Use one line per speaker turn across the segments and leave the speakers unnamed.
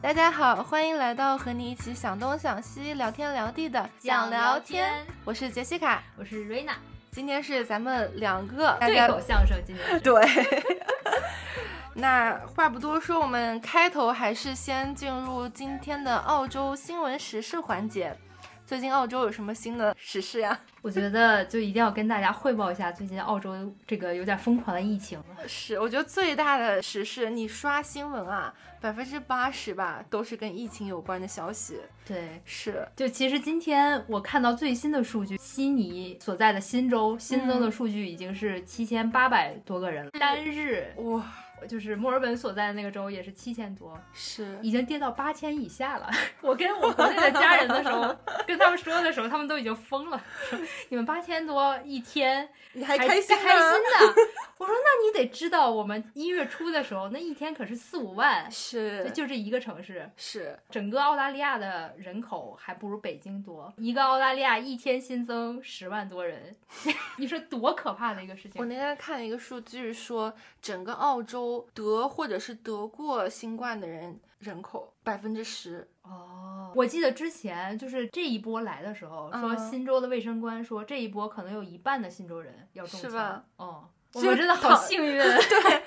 大家好，欢迎来到和你一起想东想西、聊天聊地的
想聊天
我是杰西卡，
我是瑞娜，
今天是咱们两个大
对
家
口相声今天是
对。 那话不多说，我们开头还是先进入今天的澳洲新闻时事环节。最近澳洲有什么新的时事呀？
我觉得就一定要跟大家汇报一下最近澳洲这个有点疯狂的疫情。
呃是，我觉得最大的时事，你刷新闻啊，百分之八十吧都是跟疫情有关的消息。
对，
是，
就其实今天我看到最新的数据，悉尼所在的新州新
嗯
增的数据已经是七千八百多个人了，单日
哇，
就是墨尔本所在的那个州也是七千多，
嗯是
已经跌到八千以 下了。我跟我国内的家人的时候，跟他们说的时候，他们都已经疯了，说你们八千多一天。
你还
开心的。我说那你得知道，我们一月初的时候，那一天可是四五万，就是就这一个城市，
是，
整个澳大利亚的人口还不如北京多。一个澳大利亚一天新增十万多人， 你说多可怕的一个事
我
情！
那天看了一个数据说，整个澳洲得或者是得过新冠的人人口百分之十，
哦，我记得之前就是这一波来的时候，说
嗯
新州的卫生官说这一波可能有一半的新州人要中
是
枪，
吧？
哦，我
就
们真的好
躺
幸运。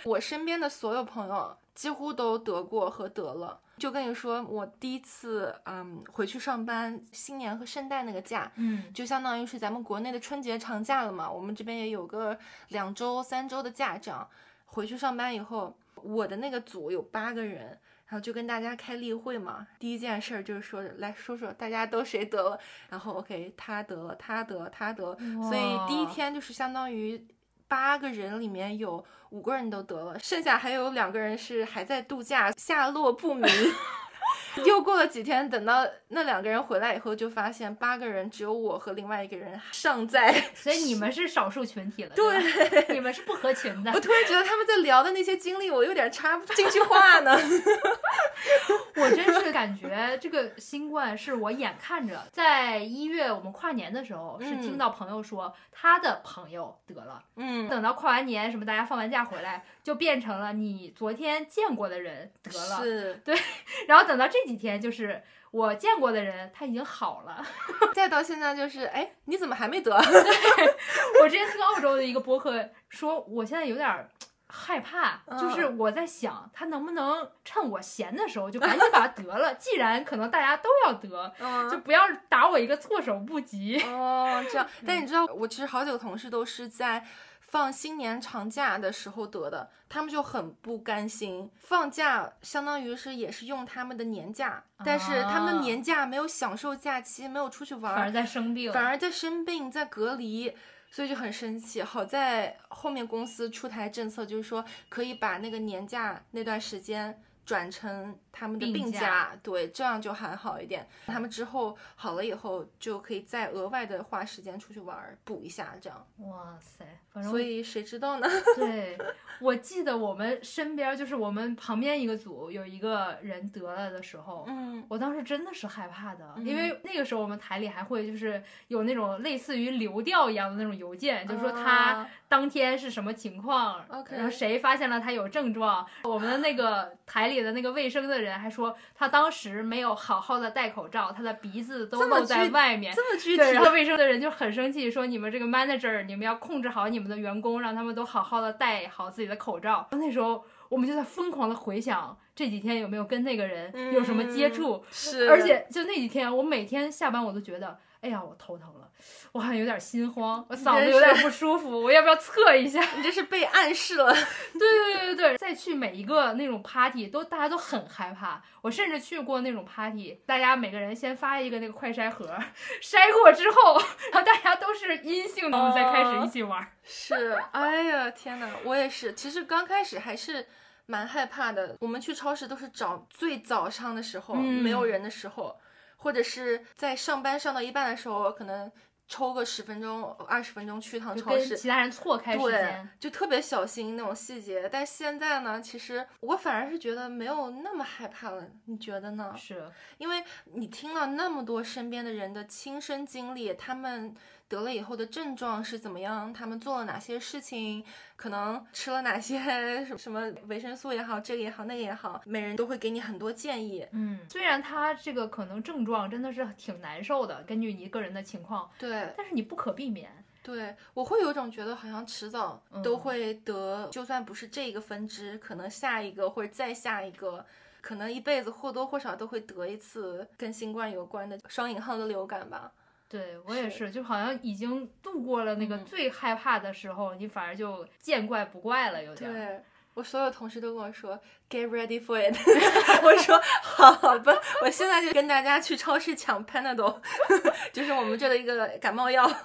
我身边的所有朋友几乎都得过和得了。就跟你说，我第一次嗯回去上班，新年和圣诞那个假，
嗯，
就相当于是咱们国内的春节长假了嘛，我们这边也有个两周、三周的假这样。回去上班以后，我的那个组有八个人，然后就跟大家开例会嘛。第一件事儿就是说，来说说大家都谁得了，然后 OK，他得了，他得了，他得了，所以第一
哇
天就是相当于。八个人里面有五个人都得了，剩下还有两个人是还在度假，下落不明。又过了几天，等到那两个人回来以后，就发现八个人只有我和另外一个人尚在。
所以你们是少数群体了，吧，你们是不合群的
我。突然觉得他们在聊的那些经历，我有点插不进去话呢。
我真是感觉这个新冠是我眼看着，在一月我们跨年的时候是
嗯
听到朋友说他的朋友得了，
嗯，
等到跨完年什么大家放完假回来，就变成了你昨天见过的人得了，
是。
然后等到这几天就是我见过的人他已经好了。
再到现在就是，哎，你怎么还没得？
我之前听澳洲的一个播客说，我现在有点儿害怕，
嗯
就是我在想，他能不能趁我闲的时候就赶紧把它得了。既然可能大家都要得，就
嗯。
不要打我一个措手不及。
哦，这样。
嗯
但你知道，我其实好几个同事都是在。放新年长假的时候得的，他们就很不甘心。放假相当于是也是用他们的年假，但是他们的
啊
年假没有享受假期，没有出去玩
反
儿，
而在生病，
反而在生病，在隔离，所以就很生气。好在后面公司出台政策，就是说可以把那个年假那段时间转成他们的
病
病
假
对，这样就还好一点。他们之后好了以后，就可以再额外的花时间出去玩儿补一下，这样。
哇塞，反正
所以谁知道呢？
对，我记得我们身边就是我们旁边一个组有一个人得了的时候，
嗯，
我当时真的是害怕的，
嗯
因为那个时候我们台里还会就是有那种类似于流调一样的那种邮件，就说他
啊
当天是什么情况
OK
然后谁发现了他有症状。我们的那 个台里的那个卫生的人还说，他当时没有好好的戴口罩，他的鼻子都
这么
露在
具
外面。
这么具体
对，然后卫生的人就很生气，说你们这个 manager，你们要控制好你们的员工，让他们都好好的戴好自己的口罩。那时候我们就在疯狂的回想这几天有没有跟那个人有什么接触，
是，
而且就那几天我每天下班我都觉得。哎呀，我头疼了，我好像有点心慌，我嗓子有点不舒服，我要不要测一下？
你这是被暗示了。
对对对对对，再去每一个那种 party 都大家都很害怕，我甚至去过那种 party，大家每个人先发一个那个快筛盒，筛过之后，然后大家都是阴性的，我们再开始一起玩儿。
是，哎呀，天哪，我也是。其实刚开始还是蛮害怕的。我们去超市都是找最早上的时候，
嗯
没有人的时候，或者是在上班上到一半的时候，可能抽个十分钟、二十分钟去一趟
就
超
跟
市。
其他人错开时
对
间，，
就特别小心那种细节。但现在呢，其实我反而是觉得没有那么害怕了。你觉得呢？
是
因为你听了那么多身边的人的亲身经历，他们得了以后的症状是怎么样，他们做了哪些事情，可能吃了哪些 什么什么维生素也好，这个也好，那个也好，每人都会给你很多建议。
嗯，虽然他这个可能症状真的是挺难受的，根据你个人的情况，
对
但是你不可避免。
对，我会有一种觉得好像迟早
嗯
都会得，就算不是这个分支，可能下一个或者再下一个。可能一辈子或多或少都会得一次跟新冠有关的双引号的流感吧。
对我也
是
是，就好像已经度过了那个
嗯
最害怕的时候，你反而就见怪不怪了，有点儿。
对我所有同事都跟我说 “get ready for it”，我 说好好吧，我现在就跟大家去超市抢 Panadol，就是我们这的一个感冒药。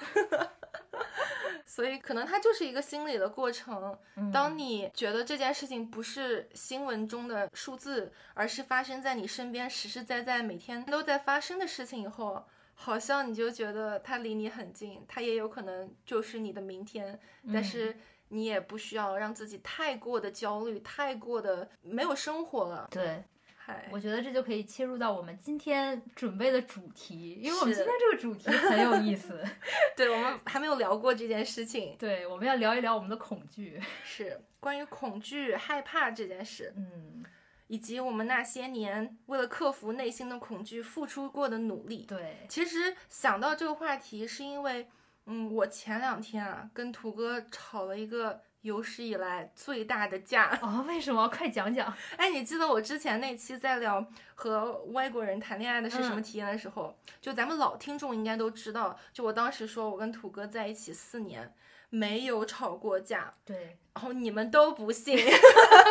所以可能它就是一个心理的过程。
嗯
当你觉得这件事情不是新闻中的数字，而是发生在你身边实实在在每天都在发生的事情以后，好像你就觉得它离你很近，它也有可能就是你的明天，
嗯
但是你也不需要让自己太过的焦虑，太过的没有生活了。
对，
嗨，
我觉得这就可以切入到我们今天准备的主题，因为我们
是
今天这个主题很有意思。
对我们还没有聊过这件事情，
对，我们要聊一聊我们的恐惧。
是关于恐惧、害怕这件事。
嗯，
以及我们那些年为了克服内心的恐惧付出过的努力。
对，
其实想到这个话题，是因为，嗯，我前两天啊跟图哥吵了一个有史以来最大的架。
哦，为什么？快讲讲。
哎，你记得我之前那期在聊和外国人谈恋爱的是什么
嗯
体验的时候，就咱们老听众应该都知道，就我当时说我跟土哥在一起四年，没有吵过架。
对，
然后你们都不信，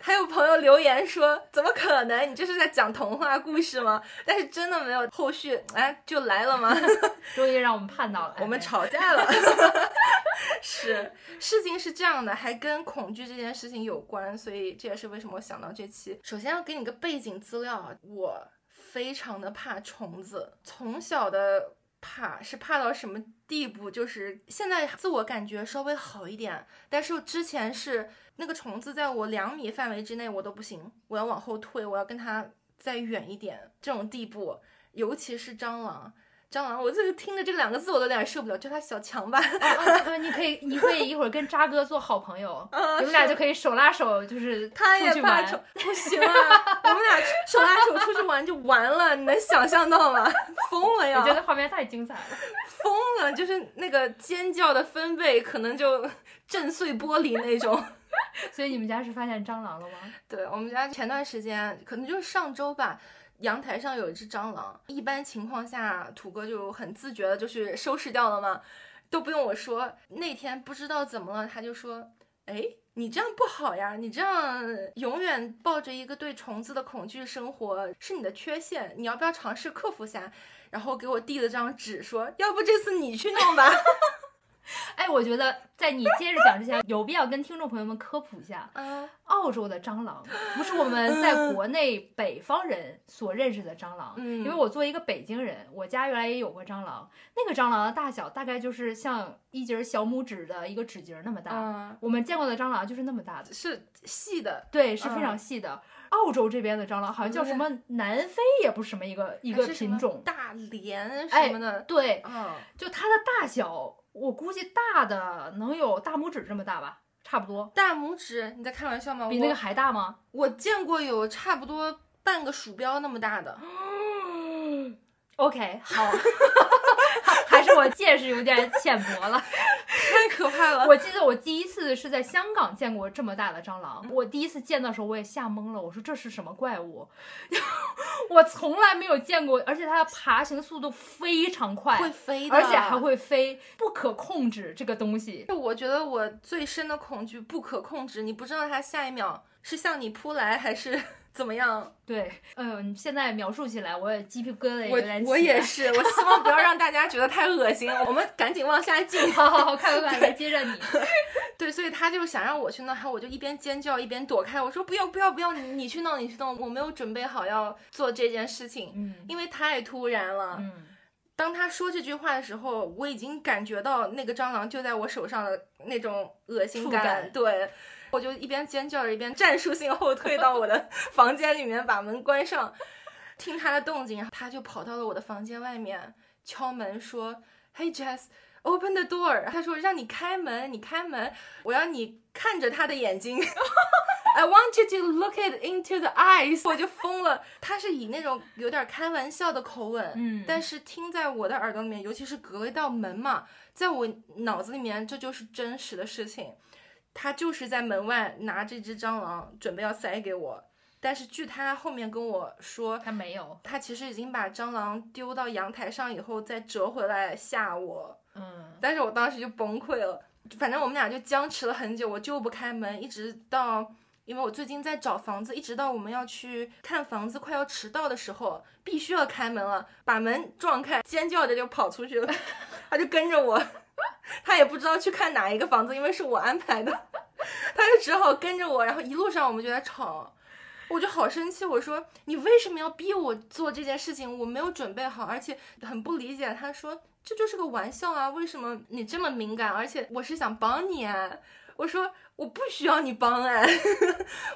还有朋友留言说：“怎么可能？你这是在讲童话故事吗？”但是真的没有后续，哎，就来了吗？
终于让我们盼到了。
我们
哎
吵架了。 是，事情是这样的，还跟恐惧这件事情有关，所以这也是为什么我想到这期。首先要给你个背景资料啊，我非常的怕虫子，从小的怕是怕到什么地步？就是现在自我感觉稍微好一点，但是之前是那个虫子在我两米范围之内我都不行，我要往后退，我要跟它再远一点这种地步，尤其是蟑螂。蟑螂，我这个听着这两个字我都有点受不了，叫它小 强吧。
啊啊啊你可以，你可以一会儿跟渣哥做好朋友，你们俩就可以手拉手，就是
啊他
啊出去
也怕
玩
虫， 不行啊！我们俩手拉手出去玩就完了，你能想象到吗？疯了
我
呀
觉！得画面太精彩了。
疯了，就是那个尖叫的分贝可能就震碎玻璃那种。
所以你们家是发现蟑螂了吗？
对我们家前段时间，可能就是上周吧。阳台上有一只蟑螂，一般情况下，土哥就很自觉的就去收拾掉了嘛，都不用我说。那天不知道怎么了，他就说：“哎，你这样不好呀，你这样永远抱着一个对虫子的恐惧生活是你的缺陷，你要不要尝试克服下？”然后给我递了张纸，说：“要不这次你去弄吧。
哎，我觉得在你接着讲之前，有必要跟听众朋友们科普一下，”
啊，
澳洲的蟑螂不是我们在国内北方人所认识的蟑螂。
嗯
因为我作为一个北京人，我家原来也有过蟑螂，那个蟑螂的大小大概就是像一节小拇指的一个指节那么大。
嗯，
我们见过的蟑螂就是那么大的，
是细的，
对，是非
嗯
常细的。澳洲这边的蟑螂好像叫
对
什么南非，也不是什么一个一个
还是什么
品种。
大连
哎
什么的，
对，
嗯。
就它的大小，我估计大的能有大拇指这么大吧，差不多，
大拇指，你在开玩笑吗？
比那个
我
还 大吗？
我见过有差不多半个鼠标那么大 的，
OK，好，还是我见识有点浅薄了。
太可怕了。
我记得我第一次是在香港见过这么大的蟑螂，我第一次见到的时候我也吓懵了，我说这是什么怪物？ 我从来没有见过，而且它的爬行速度非常快，
会飞的，
而且还。会飞，不可控制这个东西。
我觉得我最深的恐惧不可控制，你不知道它下一秒是向你扑来还是 怎么样。
对，嗯，你现在描述起来，我也鸡皮疙瘩也有
我
点起哎来。
我也是，我希望不要让大家觉得太恶心。我们赶紧往下 进。
好好好，快快 快，来接着你。
对，所以他就是想让我去弄，然后我就一边尖叫一边躲开。我说不要不要不要，你你去弄你去弄，我没有准备好要做这件事情，
嗯
因为太突然了。
嗯，
当他说这句话的时候，我已经感觉到那个蟑螂就在我手上的那种恶心
触
感。
感
对，我就一边尖叫着，一边战术性后退到我 的房间里面，把门关上，听他的动静。然后他就跑到了我的房间外面，敲门说：“ Hey Jess。Open the door，他说让你开门，你开门，我要你看着他的眼睛。I want you to look it into the eyes，我就疯了。他是以那种有点开玩笑的口吻，
嗯
但是听在我的耳朵里面，尤其是隔一道门嘛，在我脑子里面这就是真实的事情。他就是在门外拿这只蟑螂准备要塞给我，但是据他后面跟我说，
他没有，
他其实已经把蟑螂丢到阳台上以后再折回来吓我。
嗯
但是我当时就崩溃了，反正我们俩就僵持了很久，我就不开门，一直到因为我最近在找房子，一直到我们要去看房子快要迟到的时候，必须要开门了，把门撞开，尖叫着就跑出去了， 他就跟着我， 他也不知道去看哪一个房子，因为是我安排的， 他就只好跟着我，然后一路上我们就在吵。我就好生气，我说你为什么要逼我做这件事情？我没有准备好，而且很不理解。他说这就是个玩笑啊，为什么你这么敏感？而且我是想帮你啊。我说我不需要你帮哎，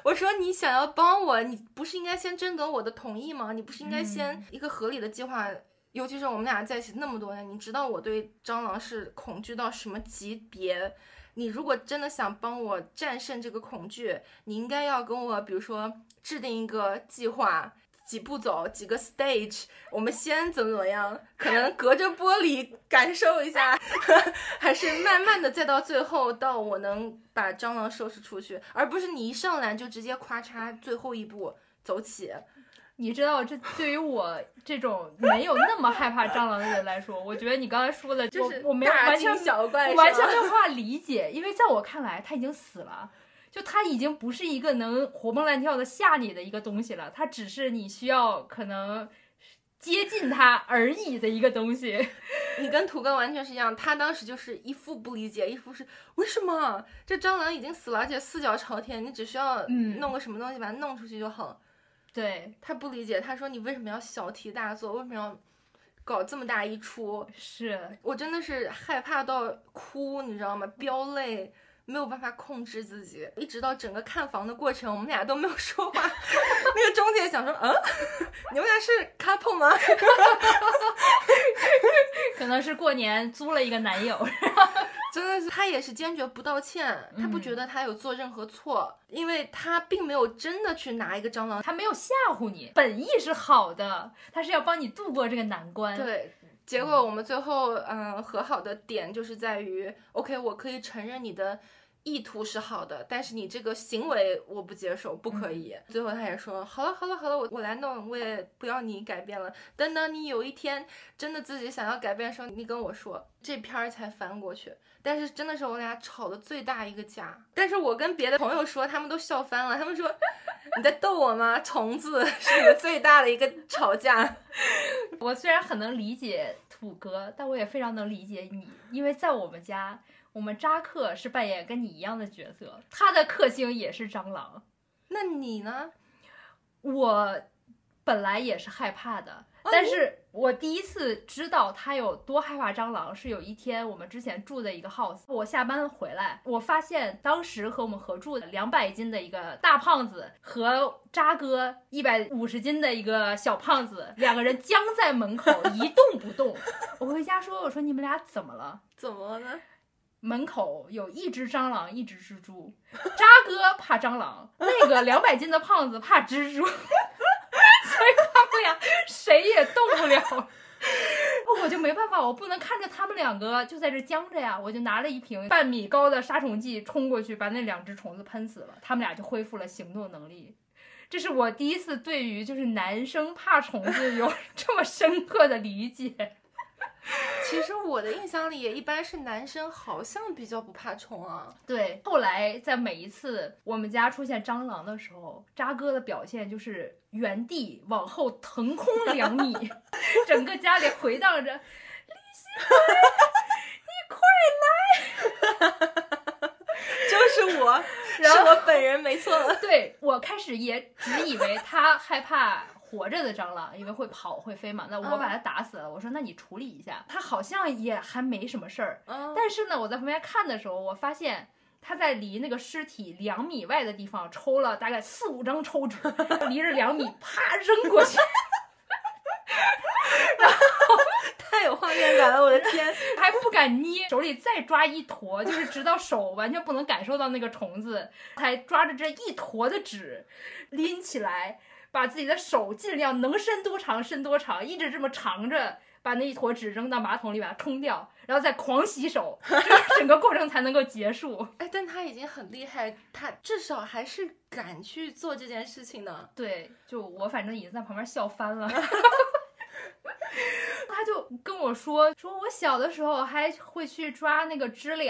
我说你想要帮我，你不是应该先征得我的同意吗？你不是应该先一个合理的计划？尤其是我们俩在一起那么多年，你知道我对蟑螂是恐惧到什么级别？你如果真的想帮我战胜这个恐惧，你应该要跟我，比如说制定一个计划，几步走，几个 stage，我们先怎么怎么样，可能隔着玻璃感受一下， 还是慢慢的再到最后，到我能把蟑螂收拾出去，而不是你一上来就直接咔嚓最后一步走起。
你知道，这对于我这种没有那么害怕蟑螂的人来说，我觉得你刚才说的，
就是
我我没有
大
完全
惊小怪，
我
是吧
完全没有办法理解，因为在我看来，他已经死了，就他已经不是一个能活蹦乱跳的吓你的一个东西了，他只是你需要可能接近他而已的一个东西。
你跟土哥完全是一样，他当时就是一副不理解，一副是为什么这蟑螂已经死了，而且四脚朝天，你只需要
嗯
弄个什么东西把它弄出去就好了。
对，
他不理解，他说你为什么要小题大做，为什么要搞这么大一出？
是，
我真的是害怕到哭，你知道吗？飙泪，没有办法控制自己，一直到整个看房的过程，我们俩都没有说话。 那个中介想说，嗯， 你们俩是 couple 吗？
可能是过年租了一个男友。
真的是，他也是坚决不道歉，他不觉得他有做任何错，因为他并没有真的去拿一个蟑螂。
他没有吓唬你，本意是好的，他是要帮你度过这个难关。，
对，结果我们最后嗯和好的点就是在于，OK，我可以承认你的意图是好的，但是你这个行为我不接受，不可以。最后他也说，好了好了好了，我我来弄，我也不要你改变了。等等你有一天真的自己想要改变的时候，你跟我说，这篇儿才翻过去。但是真的是我俩吵的最大一个架，但是我跟别的朋友说，他们都笑翻了，他们说你在逗我吗？虫子 是你们最大的一个吵架。
我虽然很能理解土哥，但我也非常能理解你，因为在我们家，我们扎克是扮演跟你一样的角色，他的克星也是蟑螂。
那你呢？
我本来也是害怕的，但是我第一次知道他有多害怕蟑螂，是有一天我们之前住的一个 house，我下班回来，我发现当时和我们合住的两百斤的一个大胖子和渣哥一百五十斤的一个小胖子，两个人僵在门口一动不动。我回家说，我说你们俩怎么了？
怎么了呢？
门口有一只蟑螂，一只蜘蛛。渣哥怕蟑螂，那个两百斤的胖子怕蜘蛛，所以他们俩谁也动不了。哦我就没办法，我不能看着他们两个就在这僵着呀！我就拿了一瓶半米高的杀虫剂冲过去，把那两只虫子喷死了。他们俩就恢复了行动能力。这是我第一次对于就是男生怕虫子有这么深刻的理解。
其实我的印象里也一般是男生好像比较不怕虫啊。
对，后来在每一次我们家出现蟑螂的时候，渣哥的表现就是原地往后腾空两米， 整个家里回荡着。
就是我，
然后
是我本人没错。
对我开始也只以为他害怕活着的蟑螂，因为会跑会飞嘛。那我把它打死了，我说那你处理一下，他好像也还没什么事儿。
嗯，
但是呢，我在旁边看的时候，我发现他在离那个尸体两米外的地方抽了大概四五张抽纸，离着两米，啪扔过去。
太有画面感了，我的天！
还不敢捏，手里再抓一坨，就是直到手完全不能感受到那个虫子，才抓着这一坨的纸拎起来，把自己的手尽量能伸多长伸多长，一直这么长着。把那一坨纸扔到马桶里，把它冲掉，然后再狂洗手，这整个过程才能够结束。
哎，但他已经很厉害，他至少还是敢去做这件事情的。
对，就我反正已经在旁边笑翻了。 他就跟我说，说我小的时候还会去抓那个知了，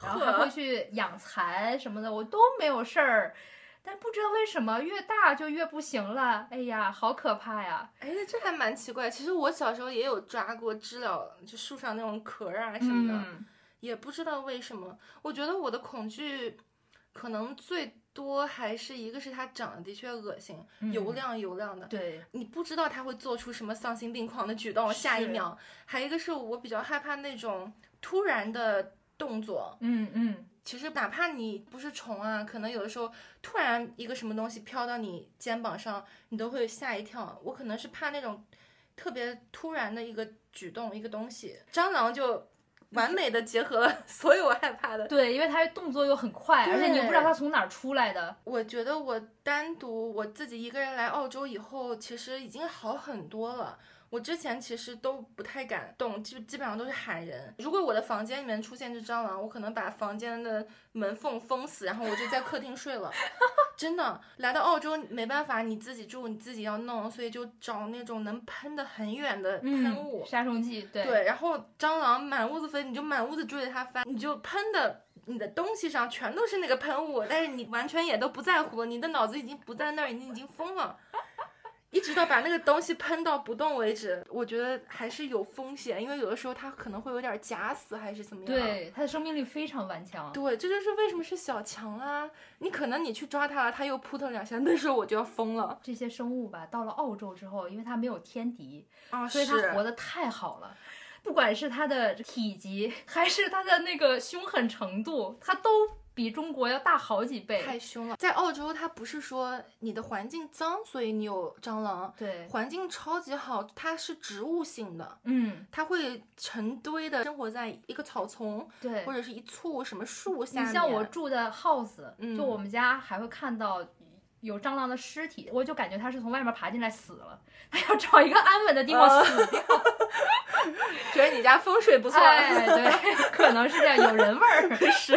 然后还
啊
会去养蚕什么的，我都没有事儿。但不知道为什么越大就越不行了，哎呀，好可怕呀！
哎，这还蛮奇怪。其实我小时候也有抓过知了，就树上那种壳啊什么的，
嗯，
也不知道为什么。我觉得我的恐惧可能最多还是一个是它长得的确恶心，
嗯
油亮油亮的。
对，
你不知道它会做出什么丧心病狂的举动，下一
是
秒。还有一个是我比较害怕那种突然的动作，
嗯嗯，
其实哪怕你不是虫啊，可能有的时候突然一个什么东西飘到你肩膀上，你都会吓一跳。我可能是怕那种特别突然的一个举动，一个东西。蟑螂就完美的结合了 所有我害怕的。
对，因为它动作又很快，
对
而且你又不知道它从哪儿出来的。
我觉得我单独我自己一个人来澳洲以后，其实已经好很多了。我之前其实都不太敢动，基基本上都是喊人。如果我的房间里面出现只蟑螂，我可能把房间的门缝封死，然后我就在客厅睡了。 真的，来到澳洲没办法，你自己住，你自己要弄，所以就找那种能喷的很远的喷雾。
嗯，杀虫剂，对，
对，然后蟑螂满屋子飞，你就满屋子追着它翻，你就喷的你的东西上全都是那个喷雾，但是你完全也都不在乎，你的脑子已经不在那儿，你已经疯了。一直到把那个东西喷到不动为止，我觉得还是有风险，因为有的时候它可能会有点假死还是怎么样。
对，它的生命力非常顽强。
对，这就是为什么是小强啊！你可能你去抓它了，它又扑腾两下，那 时候我就要疯了
这些生物吧，到了澳洲之后，因为它没有天敌，
啊！
所以它
是
活得太好了。不管是它的体积，还是它的那个凶狠程度，它都比中国要大好几
太
倍。
凶了。在澳洲，它不是说你的环境脏，所以你有蟑螂，
对，
环境超级好，它是植物性的，
嗯，
它会成堆的生活在一个草丛
对
或。者是一簇什么树下
你
面。
像我住的 house，、
嗯
就我们家还会看到有蟑螂的尸体，我就感觉它是从外面爬进来死了，它要找一个安稳的地方
呃
死掉。
觉得你家风水不错，
哎， 对，可能是这样，有人味儿。
是，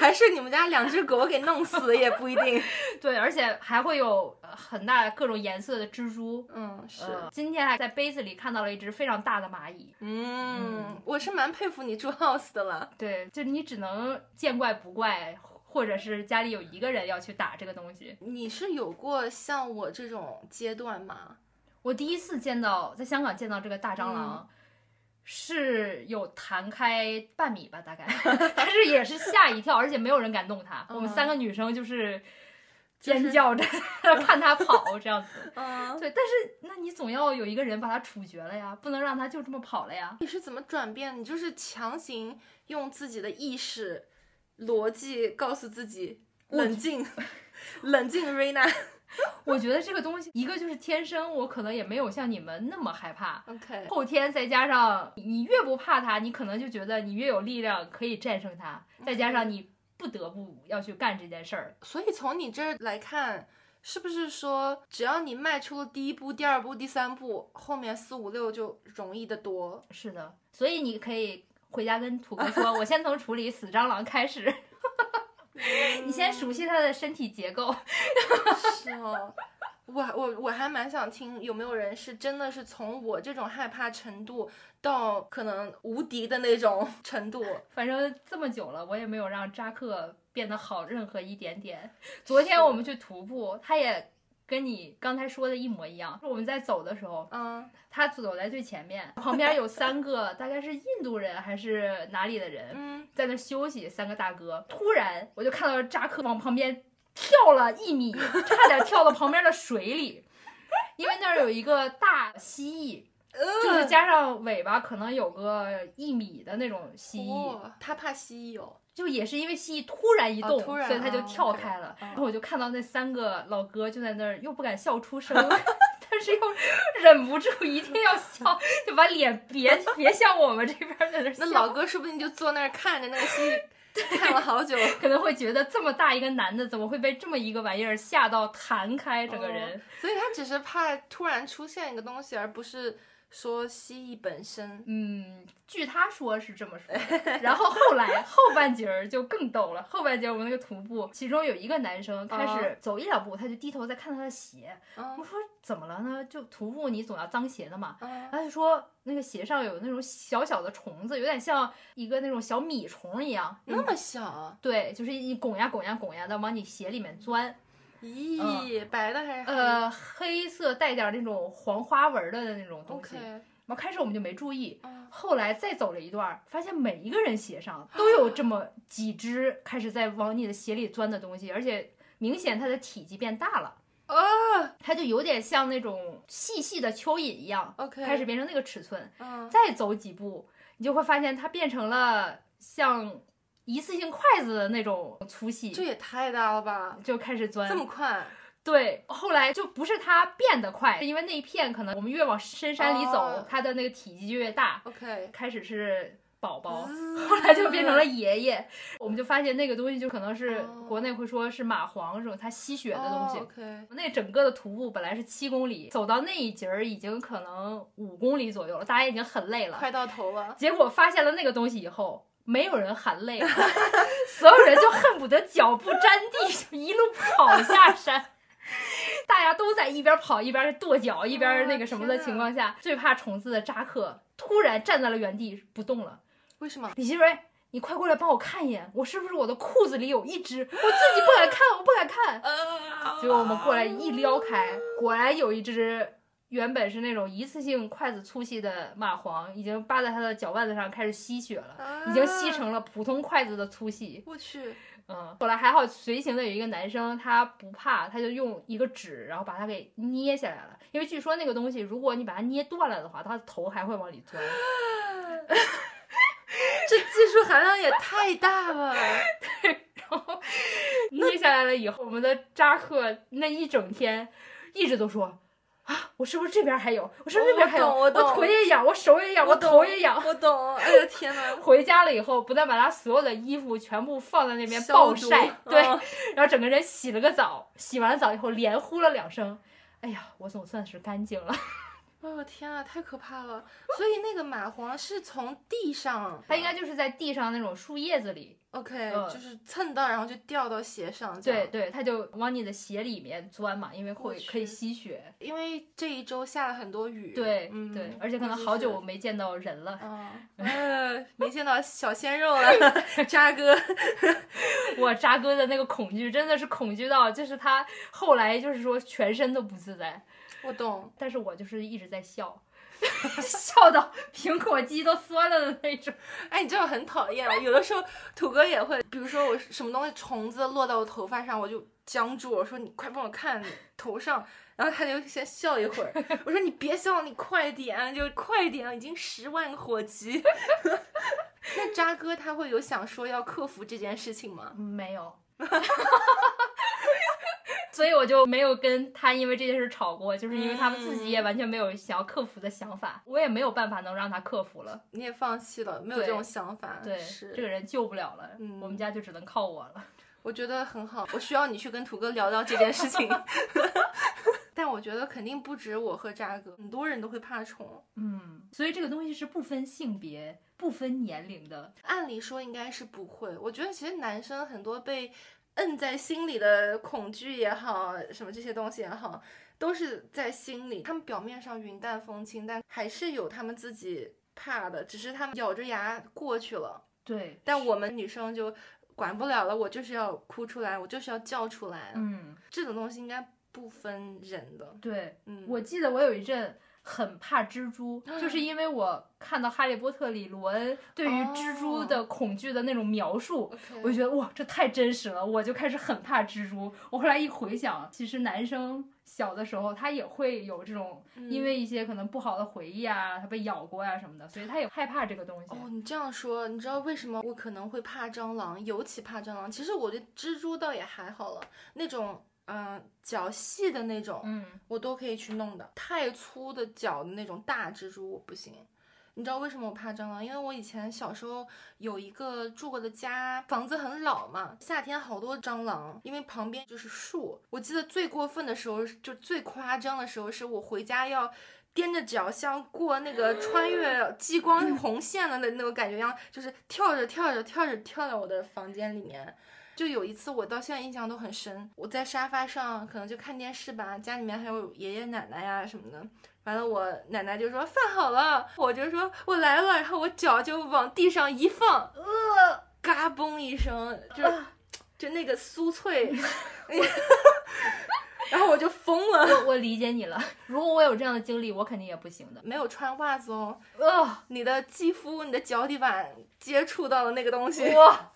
还是你们家两只狗给弄死 也不一定。
对，而且还会有呃很大各种颜色的蜘蛛，
嗯，是。
呃，今天还在杯子里看到了一只非常大的蚂蚁。
嗯，我是蛮佩服你住 house 的了。
对，就你只能见怪不怪，或者是家里有一个人要去打这个东西。
你是有过像我这种阶段吗？
我第一次见到在香港见到这个大蟑
嗯
螂，是有弹开半米吧，大概，但是也是吓一跳，而且没有人敢动它。我们
嗯
三个女生就是
就是
尖叫着看它跑这样子。
嗯，
对，但是那你总要有一个人把它处决了呀，不能让它就这么跑了呀。
你是怎么转变？你就是强行用自己的意识、逻辑告诉自己冷静，冷静瑞娜。
我觉得这个东西，一个就是天生，我可能也没有像你们那么害怕。
OK，
后天再加上你你越不怕它，你可能就觉得你越有力量可以战胜它。再加上你不得不要去干这件事儿，
所以从你这儿来看，是不是说只要你迈出了第一步、第二步、第三步，后面四五六就容易的 多？
是的。所以你可以回家跟土哥说，我先从处理死蟑螂开始， 你先熟悉它的身体结构。
是哦。我我我还蛮想听有没有人是真的是从我这种害怕程度到可能无敌的那种 程度，
反正这么久了，我也没有让扎克变得好任何一点点。昨天我们去徒步，他也跟你刚才说的一模一样。我们在走的时候，
嗯
他走在最前面，旁边有三个大概是印度人还是哪里的人
嗯，
在那休息，三个大哥。突然我就看到扎克往旁边跳了一米，差点跳到旁边的水里，因为那儿有一个大蜥蜴。就是加上尾巴，可能有个一米的那种蜥蜴，
哦他怕蜥蜴哦，
就也是因为蜥蜴突然一动，
哦突然
所以它就跳开了。
哦，OK
然后我就看到那三个老哥就在那儿，又不敢笑出声，但是是又忍不住一定要笑，就把脸别别向我们这边在那儿笑。
那老哥说不定就坐那儿看着那个戏， 看了 好久。
可能会觉得这么大一个男的，怎么会被这么一个玩意儿吓到弹开整个人？
哦所以他只是怕突然出现一个东西，而不是说蜥蜴本身。
嗯，据他说是这么说的。然后后来后半截儿就更逗了，后半截儿我们那个徒步，其中有一个男生开
哦
始走一两步，他就低头在看他的鞋。我
嗯
说怎么了呢？就徒步你总要脏鞋的嘛。
嗯
他就说那个鞋上有那种小小的虫子，有点像一个那种小米虫一样，
那么小，
对，就是一拱呀拱呀拱呀的往你鞋里面钻。
咦，白的还是黑的
嗯呃，黑色带点儿那种黄花纹儿的那种东西。然
？OK，
后开始我们就没注意，
嗯
后来再走了一段儿，发现每一个人鞋上都有这么几只开始在往你的鞋里钻的东西，而且明显它的体积变大了，
哦
它就有点像那种细细的蚯蚓一样，
，OK，
开始变成那个尺寸。
嗯，
再走几步，你就会发现它变成了像一次性筷子的那种粗细，
这也太大了吧，
就开始钻。
这么快？
对，后来就不是它变得快，是因为那一片可能我们越往深山里走，
哦
它的那个体积就越大。
OK，嗯
开始是宝宝，
后
哦后来就变成了爷爷。我们就发现那个东西就可能是
哦
国内会说是蚂蟥这种它吸血的东西。
OK，
那整个的徒步本来是七公里，走到那一节儿已经可能五公里左右了，大家已经很累了。
快到头了。
结果发现了那个东西以后，没有人喊累了， 所有人就恨不得脚不沾地，就一路跑下山。 大家都在一边跑一边跺脚，一边那个什么的情况下，最怕虫子的扎克突然站在了原地不动了。
为什么？
李希蕊，你快过来帮我看一眼，我是不是我的裤子里有一只？我自己不敢看，我不敢看。
呃
结果我们过来一撩开，果然有一只原本是那种一次性筷子粗细的蚂蟥，已经扒在它的脚腕子上开始吸血了。已经吸。
啊
成了普通筷子的粗细，
我去，
嗯，后来还好随行的有一个男生，他不怕，他就用一个纸，然后把它给捏下来了。因为据说那个东西，如果你把它捏断了的话，它的头还会往里钻。
这技术含量也太大了。
捏下来了以后，我们的扎克那一整天一直都说啊，我是不是这边还有？我是不是那边还有？
哦我
我
懂我懂
腿也痒，我手也 痒，我
懂
头也痒。
我懂。哎呀，天哪！
回家了以后，不但把他所有的衣服全部放在那边
消
暴
毒
晒，对，
嗯
然后整个人洗了个澡，洗完澡以后连呼了两声，哎呀，我总算是干净了。
哎呦天啊，太可怕了！所以那个蚂蟥是从地上，
他应该就是在地上那种树叶子里，
OK，
嗯
就是蹭到，然后就掉到鞋上。这样
对，对，他就往你的鞋里面钻嘛，因为
我
会
去
可以吸血，
因为这一周下了很多雨。
对、
嗯
对，而且可能好久我。没见到人了，
嗯，哎没见到小鲜肉了，渣哥。
我扎哥的那个恐惧真的是恐惧到，就是他后来就是说全身都不自在，
我懂，
但是我就是一直在笑， 笑到苹果肌都酸了的那种。
哎，你这种很讨厌。有的时候土哥也会，比如说我什么东西虫子落到我头发上，我就僵住，我说你快帮我看头上，然后他就先笑一会儿，我说你别笑，你快点，啊就快点，已经十万个火急。 那渣哥他会有想说要克服这件事情吗？
没有。 所以我就没有跟他因为这件事吵过，就是因为他们自
嗯
己也完全没有想要克服的想法，我也没有办法能让他克服了。
你也放弃了，没有
对
这种想法。
对，这
呃是，
个人救不了了，
嗯
我们家就只能靠我了。
我觉得很好，我需要你去跟土哥聊聊这件事情。 但我觉得肯定不止我和渣哥，很多人都会怕虫。
嗯，所以这个东西是不分性别、不分年龄的。
按理说应该是不会，我觉得其实男生很多被摁在心里的恐惧也好，什么这些东西也好，都是在心里。他们表面上云淡风轻，但还是有他们自己怕的，只是他们咬着牙过去了。
对，
但我们女生就管不了了，我就是要哭出来，我就是要叫出来。啊
嗯，
这种东西应该不分人的。
对，
嗯，
我记得我有一阵。很怕蜘蛛，就是因为我看到《哈利波特》里罗恩对于蜘蛛的
哦
恐惧的那种描述，
OK
我就觉得哇，这太真实了，我就开始很怕蜘蛛。我后来一回想，其实男生小的时候他也会有这种，
嗯
因为一些可能不好的回忆啊，他被咬过呀、什么的，所以他也害怕这个东西。
哦，你这样说，你知道为什么我可能会怕蟑螂，尤其怕蟑螂？其实我对蜘蛛倒也还好了，那种嗯、脚细的那种，
嗯，
我都可以去弄的。太粗的脚的那种大蜘蛛我不行。你知道为什么我怕蟑螂？因为我以前小时候有一个住过的家，房子很老嘛，夏天好多蟑螂，因为旁边就是树。我记得最过分的时候，就最夸张的时候，是我回家要。踮着脚像过那个穿越激光红线的那那种感觉一样，就是跳着跳着跳着跳到我的房间里面，就有一次，我到现在印象都很深。我在沙发上可能就看电视吧，家里面还有爷爷奶奶呀、什么的。完了，我奶奶就说饭好了，我就说我来了，然后我脚就往地上一放，呃，嘎嘣一声，就、就那个酥脆， 然后我就疯了，
我我理解你了。如果我有这样的经历，我肯定也不行的。
没有穿袜子哦，
哦，
你的肌肤、你的脚底板接触到了那个东西，
哇，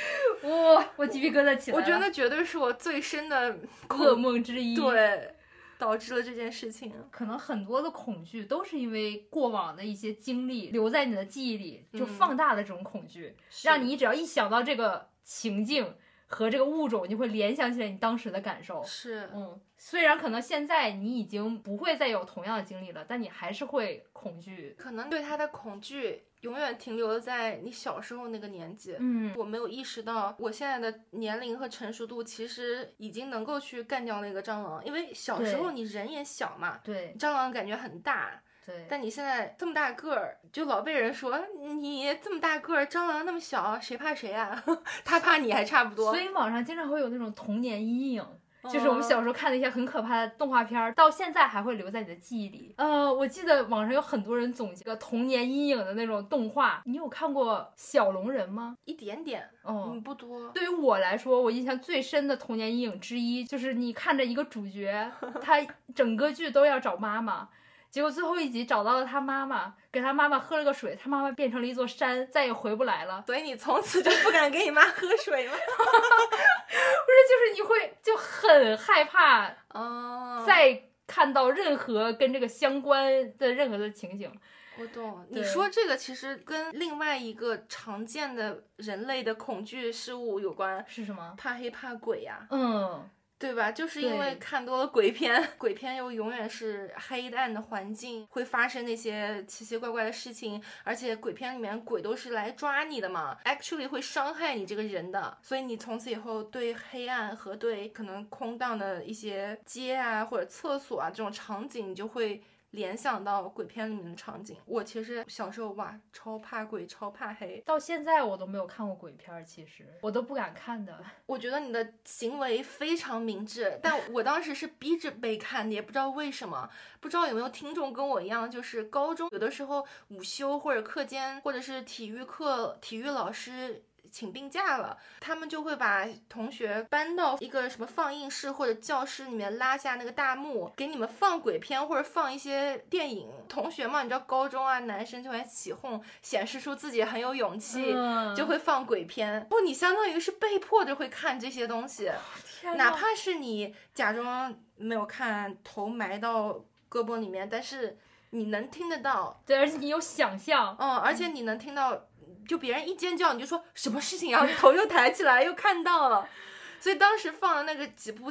哇，我鸡皮疙瘩起来
我
了。
觉得绝对是我最深的
噩梦之
嗯
一。，
对，导致了这件事情。
可能很多的恐惧都是因为过往的一些经历留在你的记忆里，就
嗯
放大了这种恐惧，让你只要一想到这个情境和这个物种，你会联想起来你当时的感受。
是，
嗯，虽然可能现在你已经不会再有同样的经历了，但你还是会恐惧。
可能对它的恐惧永远停留在你小时候那个年纪。
嗯，
我没有意识到，我现在的年龄和成熟度其实已经能够去干掉那个蟑螂，因为小时候
对
你人也小嘛，
对
蟑螂感觉很大，
对，
但你现在这么大个儿，就老被人说你这么大个儿，蟑螂那么小，谁怕谁啊？ 他怕你还差不多
所。以网上经常会有那种童年阴影。就是我们
嗯
小时候看的一些很可怕的动画片，儿，到现在还会留在你的记忆里。呃，我记得网上有很多人总结个童年阴影的那种动画，你有看过《小龙人》吗？
一点点，
哦。
嗯，不多。
对于我来说，我印象最深的童年阴影之一就是你看着一个主角，他整个剧都要找妈妈，结果最后一集找到了他妈妈，给他妈妈喝了个水，他妈妈变成了一座山，再也回不来了。
所以你从此就不敢给你妈喝水了。
不是，就是你会就很害怕
哦，
再看到任何跟这个相关的任何的情景，
我懂，
对
你说这个其实跟另外一个常见的人类的恐惧事物有关，
是什么？
怕黑怕鬼呀、
嗯，
对吧？就是因为
对
看多了鬼片，鬼片又永远是黑暗的环境，会发生那些奇奇怪怪的事情，而且鬼片里面鬼都是来抓你的嘛，actually 会伤害你这个人的，所以你从此以后对黑暗和对可能空荡的一些街啊或者厕所啊这种场景，你就会。联想到鬼片里面的场景，我其实小时候哇，超怕鬼，超怕黑，
到现在我都没有看过鬼片，儿，其实我都不敢看的。
我觉得你的行为非常明智，但我当时是逼着被看的，也不知道为什么。不知道有没有听众跟我一样，就是高中有的时候午休或者课间，或者是体育课，体育老师。请病假了，他们就会把同学搬到一个什么放映室或者教室里面，拉下那个大幕，给你们放鬼片或者放一些电影。同学嘛，你知道高中啊，男生就爱起哄，显示出自己很有勇气，
嗯
就会放鬼片。哦不，你相当于是被迫着会看这些东西，
天
哪怕是你假装没有看，头埋到胳膊里面，但是你能听得到，
对，而且你有想象，
嗯，而且你能听到，就别人一尖叫，你就说什么事情啊，头又抬起来，又看到了。所以当时放的那个几部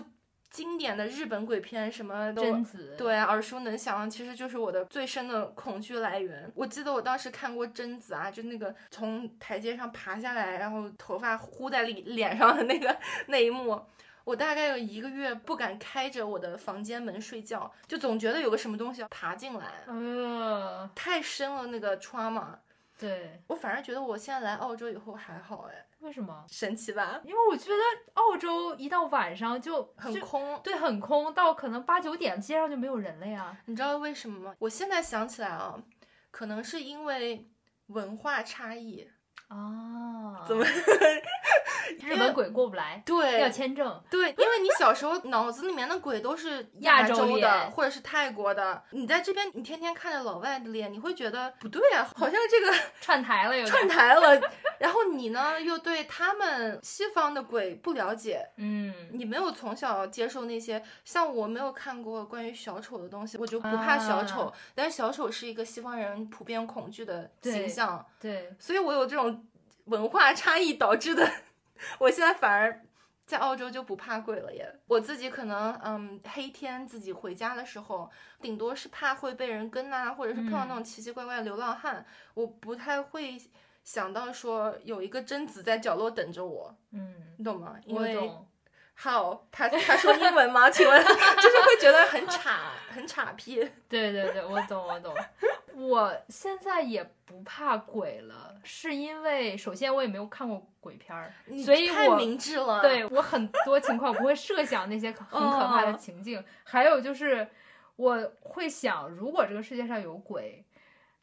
经典的日本鬼片，什么都
贞子，，
对啊，耳熟能详，其实就是我的最深的恐惧来源。我记得我当时看过贞子啊，就那个从台阶上爬下来，然后头发糊在脸脸上的那个那一幕。我大概有一个月不敢开着我的房间门睡觉，就总觉得有个什么东西要爬进来，
呃，
太深了那个 trauma。
对，
我反而觉得我现在来澳洲以后还好哎，
为什么？
神奇吧？
因为我觉得澳洲一到晚上就
很
就
空，
对，很空，到可能八九点街上就没有人了呀。
你知道为什么吗？我现在想起来啊，可能是因为文化差异。
啊，
怎么？
日本鬼过不来，
对，
要签证。
对，因为你小时候脑子里面的鬼都 是
亚洲
洲的，
脸
或者是泰国的。你在这边，你天天看着老外的脸，你会觉得不对啊，好像 这个
串台了有点，
串台了。 然后你呢，又对他们西方的鬼不了解，
嗯，
你没有从小接受那些。像我没有看过关于小丑的东西，我就不怕小丑，
啊
但是小丑是一个西方人普遍恐惧的形
对
象，
对，
所以我有这种文化差异导致的，我现在反而在澳洲就不怕鬼了耶。我自己可能嗯黑天自己回家的时候，顶多是怕会被人跟呐、或者是碰到那
嗯
种奇奇怪怪的流浪汉，我不太会想到说有一个贞子在角落等着我，
嗯，
你懂吗？因
我
为
懂。
好，他他说英文吗？请问， 就是会觉得很傻，很傻逼。
对对对，我懂我懂。我现在也不怕鬼了，是因为首先我也没有看过鬼片儿，
你
所以
太
我
明智了。
对我很多情况不会设想那些可很可怕
嗯
的情境。还有就是，我会想，如果这个世界上有鬼，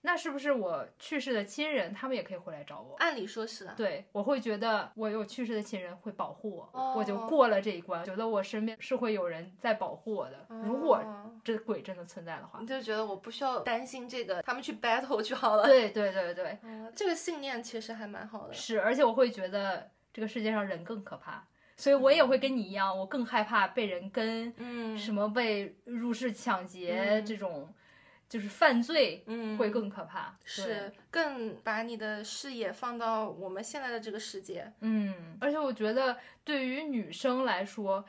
那是不是我去世的亲人他们也可以回来找我？
按理说是啊。
对，我会觉得我有去世的亲人会保护我，
哦
我就过了这一关，觉得我身边是会有人在保护我的。如果
哦
这鬼真的存在的话
你，就觉得我不需要担心这个，他们去 battle 就好了。
对对对对，
嗯这个信念其实还蛮好的。
是，而且我会觉得这个世界上人更可怕，所以我也会跟你一样，我更害怕被人跟
嗯，
什么被入室抢劫
嗯
这种，就是犯罪
嗯
会更可怕。对
是，更把你的视野放到我们现在的这个世界。
嗯，而且我觉得对于女生来说，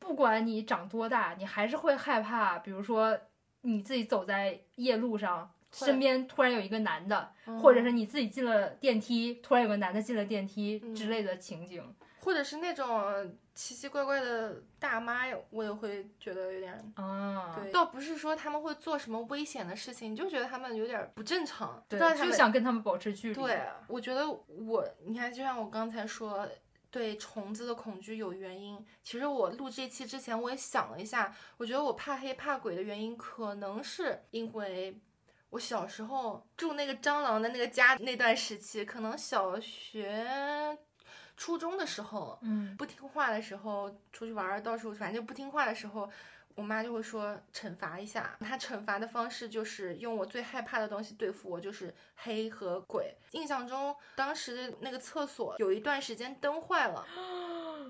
不管你长多大，你还是会害怕，比如说你自己走在夜路上。
会
身边突然有一个男的，或者
嗯
是你自己进了电梯，突然有个男的进了电梯之
嗯
类的情景
或者是那种奇奇怪怪的大妈，我也会觉得有点
啊，
对，倒不是说他们会做什么危险的事情，你就觉得他们有点不正常，不
对
知道，他
就
们。
想跟他们保持距离。
对，我觉得我，你看，就像我刚才说，对虫子的恐惧有原因。其实我录这期之前，我也想了一下，我觉得我怕黑怕鬼的原因，可能是因为我小时候住那个蟑螂的那个家那段时期，可能小学、初中的时候，
嗯，
不听话的时候，出去玩儿，到处反正就不听话的时候，我妈就会说惩罚一下。她惩罚的方式就是用我最害怕的东西对付我，就是黑和鬼。印象中，当时的那个厕所有一段时间灯坏 了，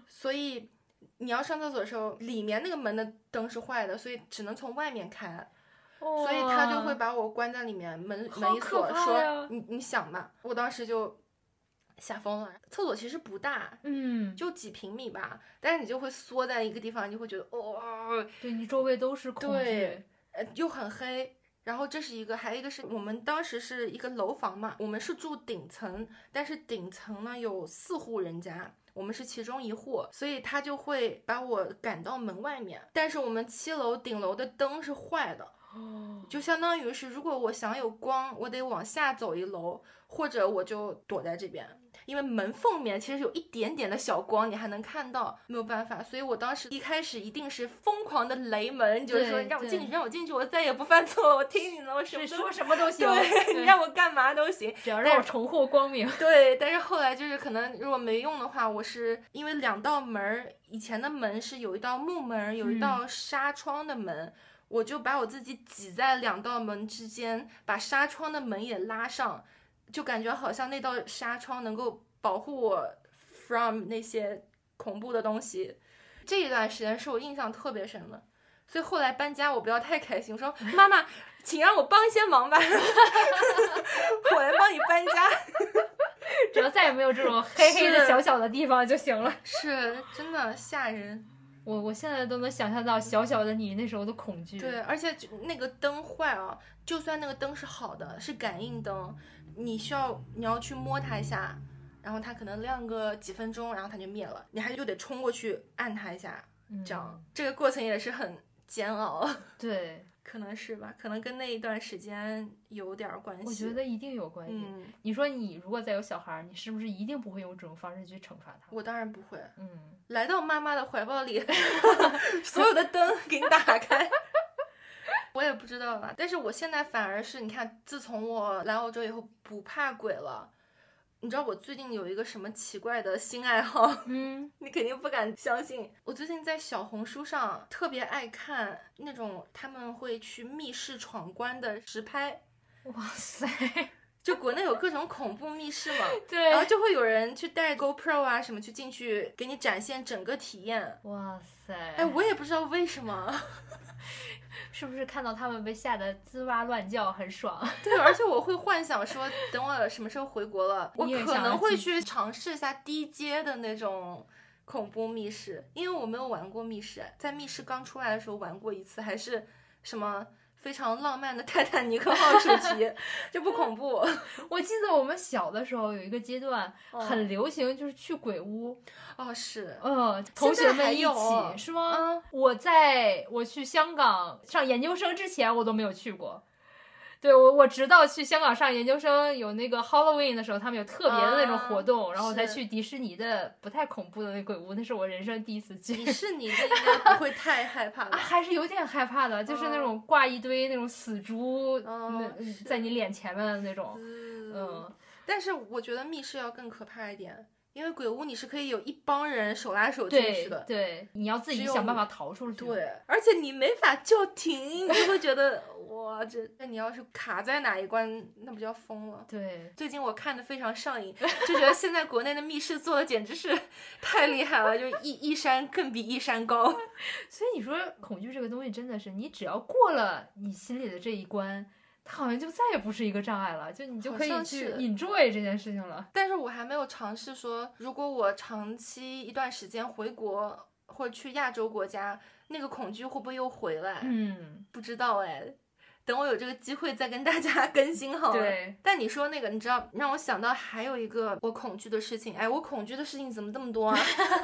所以你要上厕所的时候，里面那个门的灯是坏的，所以只能从外面开。
所
所以他就会把我关在里面，门
好
门一
可
锁，
怕呀
说你你想吧。我当时就吓疯了。厕所其实不大，
嗯，
就几平米吧，但是你就会缩在一个地方，你就会觉得哦，
对你周围都是恐惧
对，呃，又很黑。然后这是一个，还有一个是我们当时是一个楼房嘛，我们是住顶层，但是顶层呢有四户人家，我们是其中一户，所以他就会把我赶到门外面。但是我们七楼顶楼的灯是坏的，
哦，
就相当于是，如果我想有光，我得往下走一楼，或者我就躲在这边，因为门缝里面其实有一点点的小光，你还能看到，没有办法。所以我当时一开始一定是疯狂的雷门，就是说
对
你让我
对
进去，让我进去，我再也不犯错了，我听你的，我什
是
么都
说什么都行，
对， 你让我干嘛都行。
只要让我重获 光明。
对，但是后来就是可能如果没用的话，我是因为两道门儿，以前的门是有一道木门儿，有一
嗯
道纱窗的门，我就把我自己挤在两道门之间，把纱窗的门也拉上，就感觉好像那道纱窗能够保护我 from 那些恐怖的东西。这一段时间是我印象特别深的，所以后来搬家我不要太开心，我说妈妈，请让我帮一些忙吧， 我来帮你搬家。
只要再也没有这种黑黑的
是
小小的地方就行了。
是真的吓人，
我我现在都能想象到小小的你那时候的恐惧。
对，，而且就那个灯坏啊，就算那个灯是好的，是感应灯，你需要你要去摸它一下，然后它可能亮个几分钟，然后它就灭了，你还又得冲过去按它一下，
嗯
这样、这个过程也是很煎熬，
对，
可能是吧，可能跟那一段时间有点儿关系。
我觉，得一定有关系。
嗯，
你说你如果再有小孩儿，你是不是一定不会用这种方式去惩罚他？
我当然不会
嗯，
来到妈妈的怀抱里，所有的灯给你打开。 我也不知道吧，但是我现在反而是，你看，自从我来澳洲以后不怕鬼了。你知道我最近有一个什么奇怪的新爱好？
嗯，
你肯定不敢相信。我最近在小红书上特别爱看那种他们会去密室闯关的实拍，
哇塞，
就国内有各种恐怖密室嘛，
对
然后就会有人去带 GoPro 啊什么去进去给你展现整个体验。
哇塞，
哎，我也不知道为什么。
是不是看到他们被吓得吱哇乱叫很爽？
对，而且我会幻想说，等我什么时候回国了，我
你也
可
想要
能会
进
去尝试一下低阶的那种恐怖密室，因为我没有玩过密室，在密室刚出来的时候玩过一次，还是什么非常浪漫的 泰坦尼克号主题，就不恐怖。
我记得我们小的时候有一个阶段
嗯
很流行，就是去鬼屋，
哦，是，
嗯，同学
还
们一
有
起是吗？
啊，
我在我去香港上研究生之前，我都没有去过。对我，我直到去香港上研究生有那个 Halloween 的时候，他们有特别的那种活动，然后
啊是
才去迪士尼的不太恐怖的那鬼屋，那是我人生第一次去。
迪士尼 的应该不会太害怕
啊，
吧？
还是有点害怕的，就是那种挂一堆那种死猪，
嗯
那在你脸前面的那种，
嗯
嗯，，
但是我觉得密室要更可怕一点，因为鬼屋你是可以有一帮人手拉手进去
对
的。
对，你要自己
只有
想办法逃出去。，
对，而且你没法叫停，你就会觉得哇，这那你要是卡在哪一关，那不就要疯了？
对，
最近我看的非常上瘾，就觉得现在国内的密室做的简直是太厉害了，就一一山更比一山高。
所以你说恐惧这个东西真的是，你只要过了你心里的这一关，它好像就再也不是一个障碍了，就你就
好
可以
像
去
是
enjoy 这件事情了。
但是我还没有尝试说，如果我长期一段时间回国或者去亚洲国家，那个恐惧会不会又回来？
嗯，
不知道哎，等我有这个机会再跟大家 更新好了。
对，
但你说那个，你知道让我想到还有一个我恐惧的事情，哎，我恐惧的事情怎么这么多啊？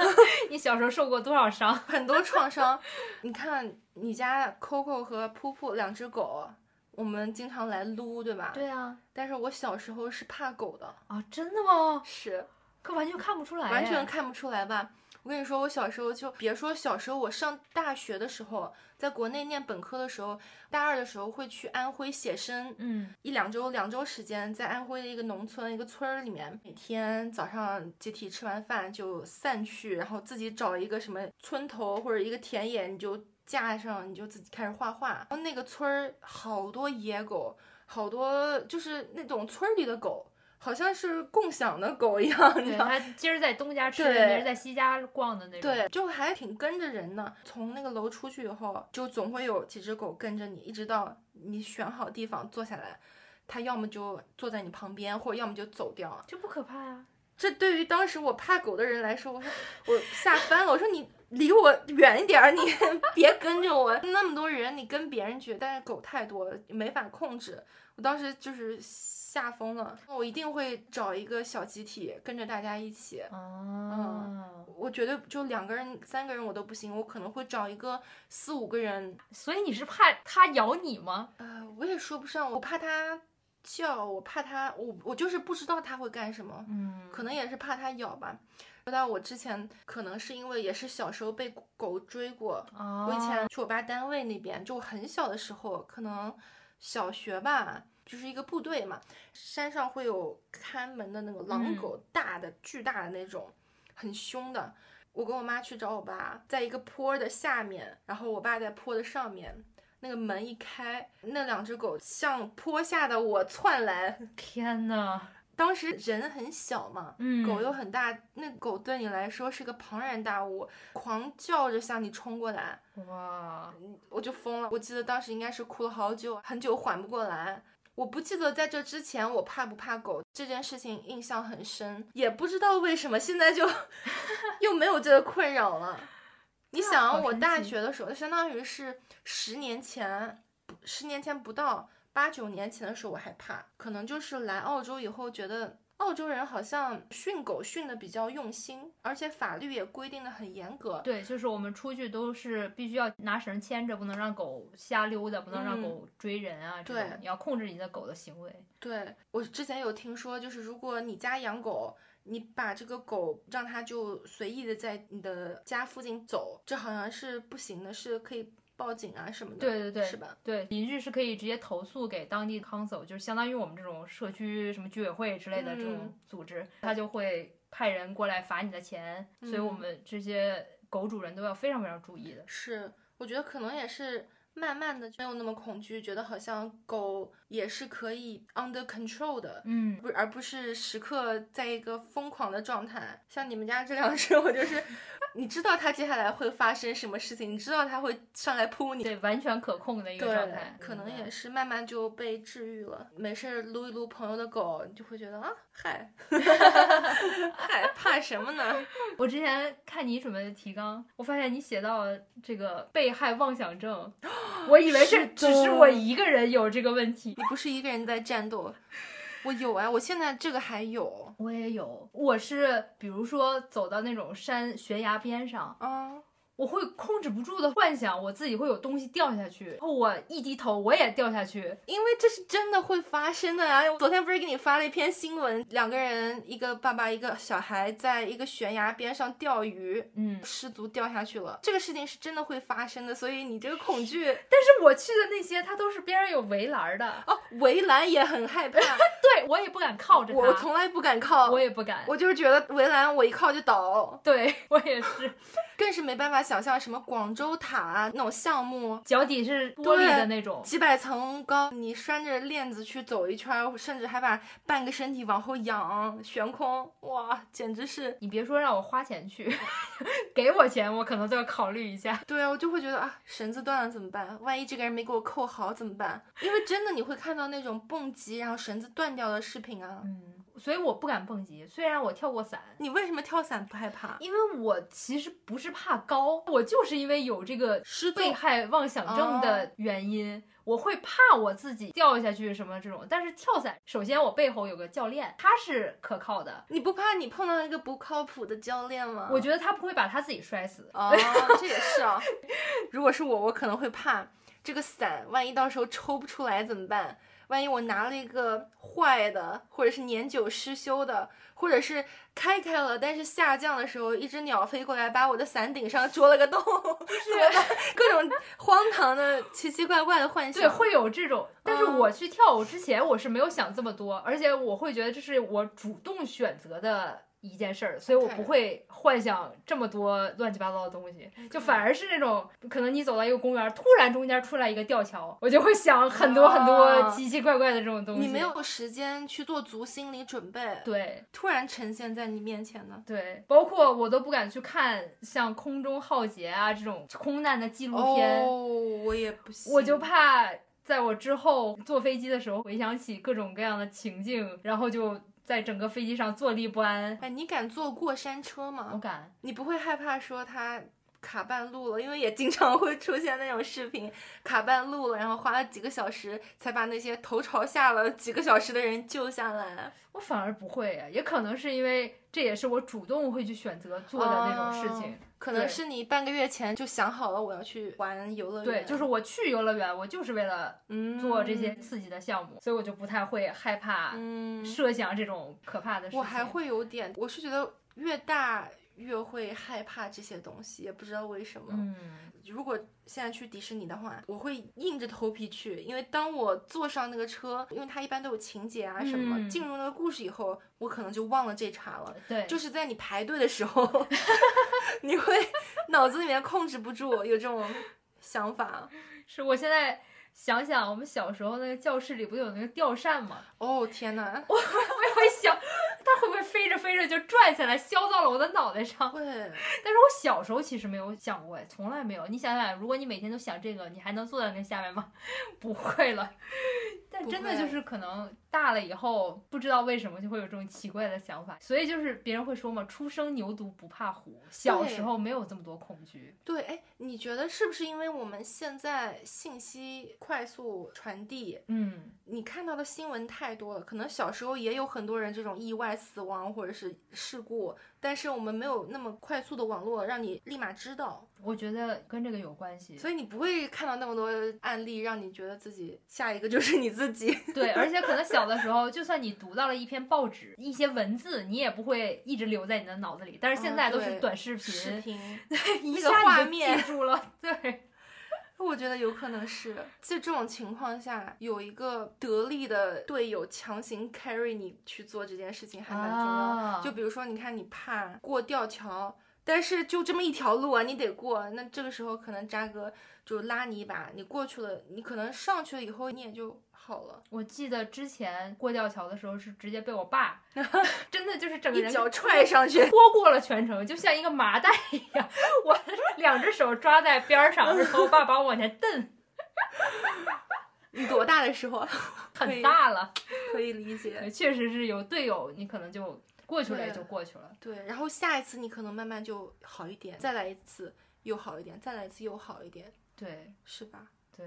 你小时候受过多少伤？
很多创伤。你看你家 Coco 和噗噗两只狗，我们经常来撸， 对吧？。
对啊，
但是我小时候是怕狗的，
啊，真的吗？
是
可完全看不出来，哎
完全看不出来吧？我跟你说，我小时候就别说小时候，我上大学的时候，在国内念本科的时候，大二的时候会去安徽写生，
嗯
一两周两周时间，在安徽的一个农村一个村儿里面，每天早上集体吃完饭就散去，然后自己找一个什么村头或者一个田野，你就架上，你就自己开始画画。然后那个村儿好多野狗，好多就是那种村儿里的狗，好像是共享的狗一样，你
对
知道吗。
他今儿在 东家吃，
对
明儿在西家逛的那种。
对，就还挺跟着人呢。从那个楼出去以后，就总会有几只狗跟着你，一直到你选好地方坐下来，它要么就坐在你旁边，或者要么就走掉。啊
就不可怕呀、
这对于当时我怕狗的人来说，我说我吓翻了。我说你离我远一点儿，你 别跟着我。那么多人，你跟别人去，但是狗太多了，没法控制。我当时就是吓疯了。我一定会找一个小集体，跟着大家一起。
哦，
我觉得就两个人、三个人我都不行，我可能会找一个四五个人。
所以你是怕它咬你吗？
呃，我也说不上，我怕它叫，我怕它，我我就是不知道它会干什么，
嗯
可能也是怕它咬吧。说到我之前，可能是因为也是小时候被狗追过，
哦，
我以前去我爸单位那边，就我很小的时候，可能小学吧，就是一个部队嘛，山上会有看门的那个狼
嗯
狗，大的、巨大的那种，很凶的。我跟我妈去找我爸，在一个坡的下面，然后我爸在坡的上面。那个门一开，那两只狗向坡下的我窜来。
天呐，
当时人很小嘛，
嗯，
狗又很大，那狗对你来说是个庞然大物，狂叫着向你冲过来。
哇，
我就疯了。我记得当时应该是哭了好久，很久缓不过来。我不记得在这之前我怕不怕狗这件事情印象很深，也不知道为什么现在就 又没有这个困扰了。你想
好
啊，
神
我大
奇
学的时候，相当于是十年前，不十年前不到，八九年前的时候我还怕，可能就是来澳洲以后觉得。澳洲人好像训狗训的比较用心，而且法律也规定的很严格，
对，就是我们出去都是必须要拿绳牵着，不能让狗瞎溜达，不能让
嗯
狗追人啊，这
对
种你要控制你的狗的行为。
对，我之前有听说，就是如果你家养狗，你把这个狗让它就随意的在你的家附近走，这好像是不行的，是可以报警啊什么的，
对对对
是吧？
对，邻居是可以直接投诉给当地 council，就是相当于我们这种社区什么居委会之类的这种
嗯
组织，他就会派人过来罚你的钱，所以我
嗯
们这些狗主人都要非常非常注意的。
是，我觉得可能也是慢慢的没有那么恐惧，觉得好像狗也是可以 under control 的。
嗯，
不，而不是时刻在一个疯狂的状态。像你们家这两只，我就是 你知道他接下来会发生什么事情，你知道他会上来扑你。
对，完全可控的一个
对
状态，，
可能
嗯
也是慢慢就被治愈了。没事儿撸一撸朋友的狗，你就会觉得啊， 嗨，嗨，怕什么呢？
我之前看你准备的提纲，我发现你写到了这个被害妄想 症，我以为
是
是
的
只是我一个人有这个问题。
你不是一个人在战斗，我有啊，我现在这个还有
我也有，我是比如说走到那种山悬崖边上，
啊，
我会控制不住的幻想我自己会有东西掉下去，然后我一低头我也掉下去，
因为这是真的会发生的啊。我昨天不是给你发了一篇新闻，两个人，一个爸爸，一个小孩，在一个悬崖边上钓鱼，
嗯，
失足掉下去了，这个事情是真的会发生的，所以你这个恐惧
但是我去的那些它都是边上有围栏儿的，
哦，围栏也很害 怕，
对我也不敢靠着它，
我从来不敢靠，
我
我
也不敢，
就是觉得围栏我一靠就倒，
对 我也是，
更是没办法想象什么广州塔啊那种项目。
脚底是玻璃的那种，
几百层高，你拴着链子去走一圈儿，甚至还把半个身体往后仰悬空，哇，简直是
你别说让我花钱去， 给我钱我可能都要考虑一下。
对啊，我就会觉得啊，绳子断了怎么办？万一这个人没给我扣好怎么办？因为真的你会看到那种蹦极然后绳子断掉的视频啊。
嗯，所以我不敢蹦极，虽然我跳过伞。
你为什么跳伞不害怕？
因为我其实不是怕高，我就是因为有这个
失
被
重
害妄想症的原因，我会怕我自己掉下去什么这种。但是跳伞，首先我背后有个教练，他是可靠的，
你不怕你碰到一个不靠谱的教练吗？
我觉得他不会把他自己摔死。
哦，这也是啊。如果是我，我可能会怕这个伞，万一到时候抽不出来怎么办？万一我拿了一个坏的，或者是年久失修的，或者是开开了，但是下降的时候一只鸟飞过来把我的伞顶上啄了个洞， 怎么办？各种荒唐的、奇奇怪怪的幻 想。
对，会有这种，但是
嗯
我去跳舞之前，我是没有想这么多，而且我会觉得这是我主动选择的一件事儿，所以我
对
不会幻想这么多乱七八糟的东西，
嗯
就反而是那种可能你走到一个公园，突然中间出来一个吊桥，我就会想很多很多
啊
奇奇怪怪的这种东西。
你没有时间去做足心理准备，
对
突然呈现在你面前的。
对，包括我都不敢去看像空中浩劫啊这种空难的纪录片，
哦，我也不行，
我就怕在我之后坐飞机的时候回想起各种各样的情境，然后就在整个飞机上坐立不安。
哎，你敢坐过山车
我
吗？
敢，
你不会害怕说它卡半路了？因为也经常会出现那种视频，卡半路了，然后花了几个小时才把那些头朝下了几个小时的人救下来。
我反而不会，也可能是因为这也是我主动会去选择做的那种事情。
可能
对
是你半个月前就想好了我要去玩游乐园，
对，就是我去游乐园，我就是为了
嗯
做这些刺激的项目，所以我就不太会害怕
嗯，
设想这种可怕的事情。
我还会有点，我是觉得越大越会害怕这些东西，也不知道为什么。
嗯，
如果现在去迪士尼的话，我会硬着头皮去，因为当我坐上那个车，因为它一般都有情节啊什么，
嗯
进入那个故事以后，我可能就忘了这茬了。
对，
就是在你排队的时候， 你会脑子里面控制不住有这种想法。
是我现在想想，我们小时候那个教室里不就有那个吊扇吗？
哦天哪，
我也会想，它会不会飞着飞着就转下来，削到了我的脑袋上？
会
但是我小时候其实没有想过，从来没有。你想想，如果你每天都想这个，你还能坐在那下面吗？ 不会了。但真的
不会
就是可能大了以后，不知道为什么就会有这种奇怪的想法，所以就是别人会说嘛，初生牛犊不怕虎。小时候没有这么多恐惧，
对，哎，你觉得是不是因为我们现在信息快速传递，
嗯，
你看到的新闻太多了，可能小时候也有很多人这种意外死亡或者是事故，但是我们没有那么快速的网络让你立马知道，
我觉得跟这个有关系。
所以你不会看到那么多案例，让你觉得自己下一个就是你自己。
对，而且可能小的时候，就算你读到了一篇报纸、一些文字，你也不会一直留在你的脑子里。但是现
啊
在都
对
是短视频，
视频，
一
那
下
个画
你就
面
记住了。对，
我觉得有可能是在这种情况下，有一个得力的队友强行 carry 你去做这件事情，还蛮重要的。
啊
就比如说，你看你怕过吊桥，但是就这么一条路啊，你得过。那这个时候可能渣哥就拉你一把，你过去了，你可能上去了以后你也就好了，
我记得之前过吊桥的时候是直接被 我爸，真的就是整个
一
人
脚踹上去。
拖过了全程，就像一个麻袋一样，我 的两只手抓在边儿上，然后我爸把我往前蹬，
你多大的时候啊
很大了。
可以理解？
确实是有队友，你可能就过去了
对
也就过去了。
对，然后下一次你可能慢慢就好一点，再来一次又好一点，再来一次又好一点，
对
是吧？
对，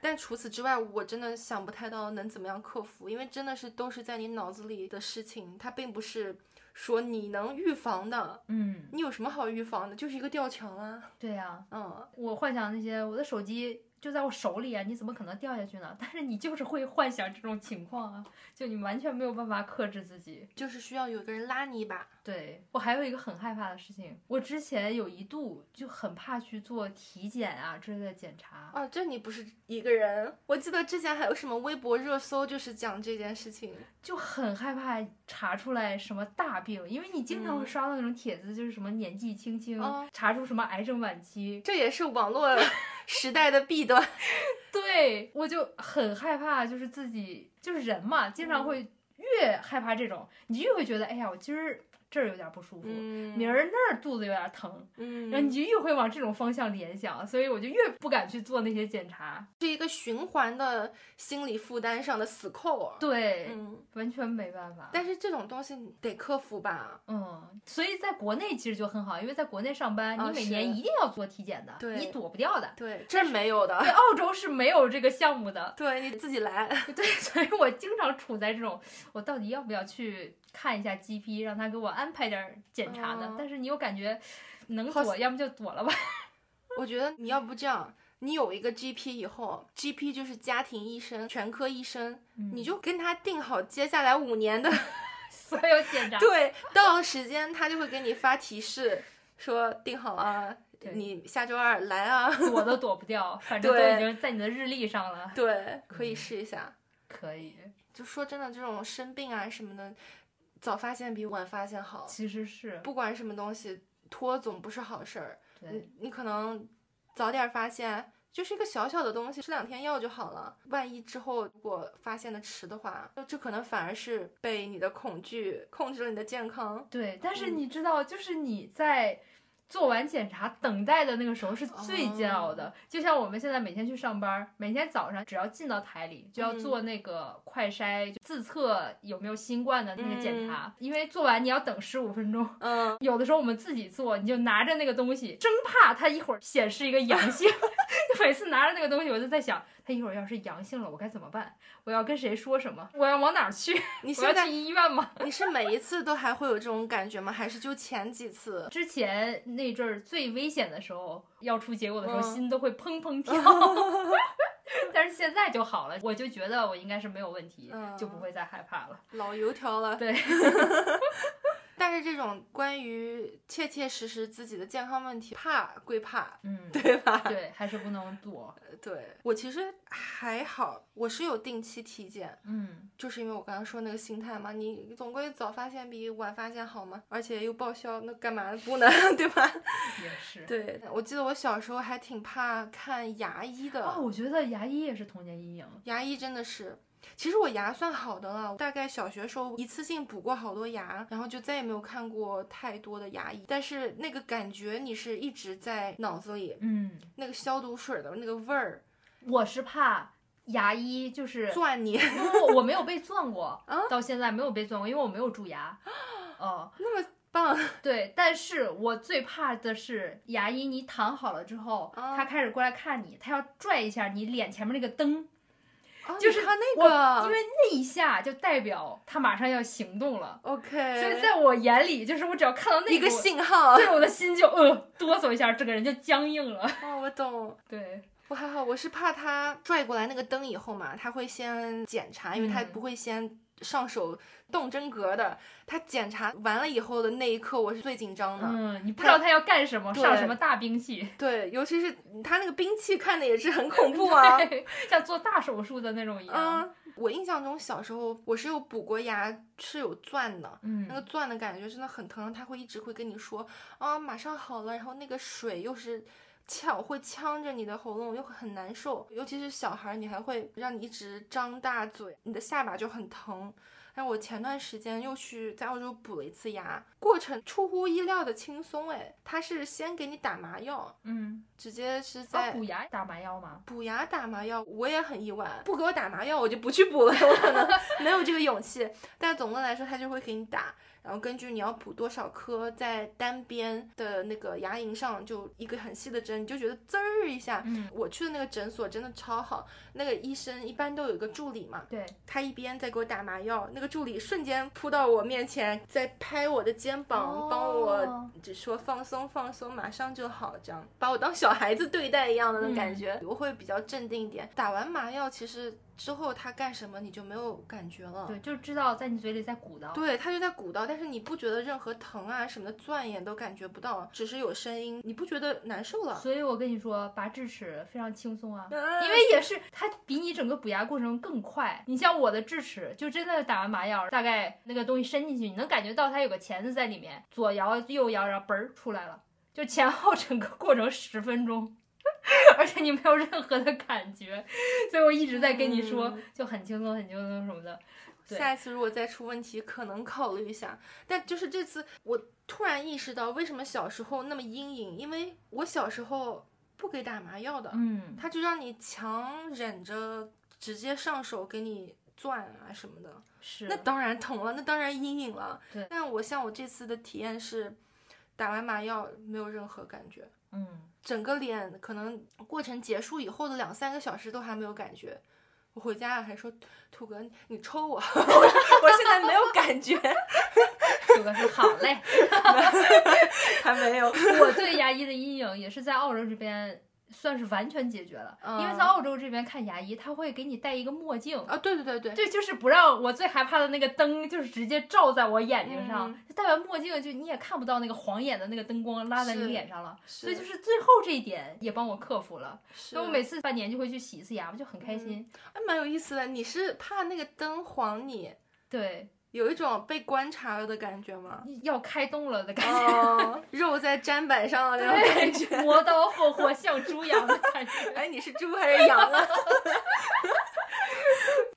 但除此之外，我真的想不太到能怎么样克服，因为真的是都是在你脑子里的事情，它并不是说你能预防的，
嗯，
你有什么好预防的？就是一个吊桥啊，
对呀、
嗯，
我幻想那些，我的手机就在我手里啊，你怎么可能掉下去呢？ 但是你就是会幻想这种情况啊，就你完全没有办法克制自己。
就是需要有一个人拉你一把。
对我还有一个很害怕的事情，我之前有一度就很怕去做体检啊之类的检查。
啊，这你不是一个人，我记得之前还有什么微博热搜就是讲这件事情，
就很害怕查出来什么大病，因为你经常会
嗯
刷到那种帖子，就是什么年纪轻轻、
哦
查出什么癌症晚期，
这也是网络时代的弊端。
对我就很害怕，就是自己就是人嘛，经常
嗯
会越害怕这种，你就越会觉得，哎呀，我今儿这儿有点不舒服，
嗯
明儿那儿肚子有点疼，
嗯，
然后你就越会往这种方向联想，所以我就越不敢去做那些检查。
是一个循环的心理负担上的死扣啊。
对，
嗯，
完全没办法。
但是这种东西你得克服吧？
嗯，所以在国内其实就很好，因为在国内上班，
啊
你每
是
年一定要做体检的，
对
你躲不掉的。
对，这没有
对，
的，，
澳洲是没有这个项目的
对你自己来。
对，所以我经常处在这种，我到底要不要去看一下 GP，让他给我安排点儿检查呢？
嗯
但是你又感觉能
好
躲，要么就躲了吧。
我觉得你要不这样，你有一个 GP 以后，GP 就是家庭医生、全科医生，你就跟他定好接下来五年 的，
嗯所有检查，
对，到了时间他就会给你发提示，说定好啊，
对
你下周二来啊。
躲都躲不掉，反正都
对
已经在你的日历上了。
对，可以
嗯
试一下。
可以，
就说真的，这种生病啊什么的，早发现比晚发现好。
其实是
不管什么东西拖总不是好事儿。
对
你你可能早点发现，就是一个小小的东西，吃两天药就好了。万一之后如果发现的迟的话，就这可能反而是被你的恐惧控制了你的健康。
对，但是
嗯
你知道，就是你在。做完检查等待的那个时候是最
哦
煎熬的，就像我们现在每天去上班，每天早上只要进到台里就要
嗯
做那个快筛，就自测有没有新冠的那个检查，因为做完你要等十五分钟。
嗯，
有的时候我们自己做，你就拿着那个东西，生怕它一会儿显示一个阳性。 每次拿着那个东西，我就在想，它一会儿要是阳性了，我该怎么办？我要跟谁说什么？我要往哪儿去？
你
我
现
要去
在
医院吗？
你是每一次都还会有这种感觉吗？还是就前几次？
之前那阵儿最危险的时候，要出结果的时候，
嗯
心都会砰 砰跳。 但是现在就好了，我就觉得我应该是没有问题，
嗯
就不会再害怕了。
老油条了。
对，
但是这种关于切切实实自己的健康问题，怕归怕，
嗯，
对吧？
对，还是不能躲。
对我其实还好，我是有定期体检，
嗯，
就是因为我刚刚说那个心态嘛，你总归早发现比晚发现好嘛，而且又报销，那干嘛不呢？ 对吧？
也是。
对，我记得我小时候还挺怕看牙医的，
哦，我觉得牙医也是童年阴影。
牙医真的是。其实我牙算好的了，大概小学时候一次性补过好多牙，然后就再也没有看过太多的牙医。但是那个感觉你是一直在脑子里，
嗯，
那个消毒水的那个味儿
我是怕牙医就是
钻你，
不，我没有被钻过，
啊
到现在没有被钻过，因为我没有蛀 牙。哦，
那么棒，
对，但是我最怕的是牙医，你躺好了之后，
啊
他开始过来看你，他要拽一下你脸前面那个灯，
哦
就
你
是
看那
我
个，
因为那一下就代表他马上要行动了，
OK，
所以在我眼里，就是我只要看到那
呃一个
我
信号。
对我的心就呃哆嗦一下，整个人就僵硬了。
哦，我懂。
对，
我还好，我是怕他拽过来那个灯以后嘛，他会先检查，因为他
嗯
不会先上手动真格的。他检查完了以后的那一刻，我是最紧张的。
嗯，你不知道他要干什么，
对
上什么大兵器，
对，尤其是他那个兵器看的也是很恐怖啊。
像做大手术的那种一样。
嗯，我印象中小时候我是有补过牙，是有钻的。
嗯
那个钻的感觉真的很疼，然后他会一直会跟你说啊，马上好了，然后那个水又是呛，会呛着你的喉咙，又很难受，尤其是小孩儿，你还会让你一直张大嘴，你的下巴就很疼。但我前段时间又去在澳洲补了一次牙，过程出乎意料的轻松哎，他是先给你打麻药，
嗯，
直接是
啊，
在
补牙打麻药吗？
补牙打麻药，我也很意外。不给我打麻药，我就不去补了，我可能没有这个勇气。但总的来说，他就会给你打，然后根据你要补多少颗，在单边的那个牙龈上就一个很细的针，你就觉得滋儿一下。
嗯，
我去的那个诊所真的超好，那个医生一般都有一个助理嘛，
对，
他一边在给我打麻药，那个助理瞬间扑到我面前，在拍我的肩膀，帮我
哦
只说放松放松，马上就好，这样把我当小孩子对待一样的那种感觉，
嗯
我会比较镇定一点。打完麻药，其实之后他干什么你就没有感觉了
对，。就知道在你嘴里在鼓捣。
对，他就在鼓捣，但是你不觉得任何疼啊什么的钻也都感觉不到，只是有声音，你不觉得难受了？
所以我跟你说，拔智齿非常轻松啊。
因
因为也是它比你整个补牙过程更快。你像我的智齿，就真的打完麻药，大概那个东西伸进去，你能感觉到它有个钳子在里面，左摇右摇，然后嘣儿出来了，就前后整个过程十分钟。 而且你没有任何的感觉，所以我一直在跟你说，
嗯
就很轻松，很轻松什么的。对
下一次如果再出问题，可能考虑一下。但就是这次，我突然意识到为什么小时候那么阴影，因为我小时候不给打麻药的，
嗯，
他就让你强忍着直接上手给你钻啊什么的，
是
那当然疼了，那当然阴影了。
对
但我像我这次的体验是，打完麻药没有任何感觉。
嗯，
整个脸可能过程结束以后的两三个小时都还没有感觉。我回家了还说土哥你你抽我， 我我现在没有感觉，
九哥说好嘞。
还没有。
我对牙医的阴影也是在澳洲这边算是完全解决了，因为在
嗯
澳洲这边看牙医，他会给你戴一个墨镜。
啊，对对对对，
对，就是不让我最害怕的那个灯，就是直接照在我眼睛上。
嗯
戴完墨镜就你也看不到那个晃眼的那个灯光拉在你
是
脸上了，所
所
以就是最后这一点也帮我克服了。
是嗯
所以我每次半年就会去洗一次牙，我就很开心。
还蛮有意思的。你是怕那个灯晃你，
对，
有一种被观察了的感觉吗？
要开动了的感觉，
哦， 肉在砧板上了那种感觉。
对，磨刀霍霍像猪羊的感觉。
哎，你是猪还是羊啊？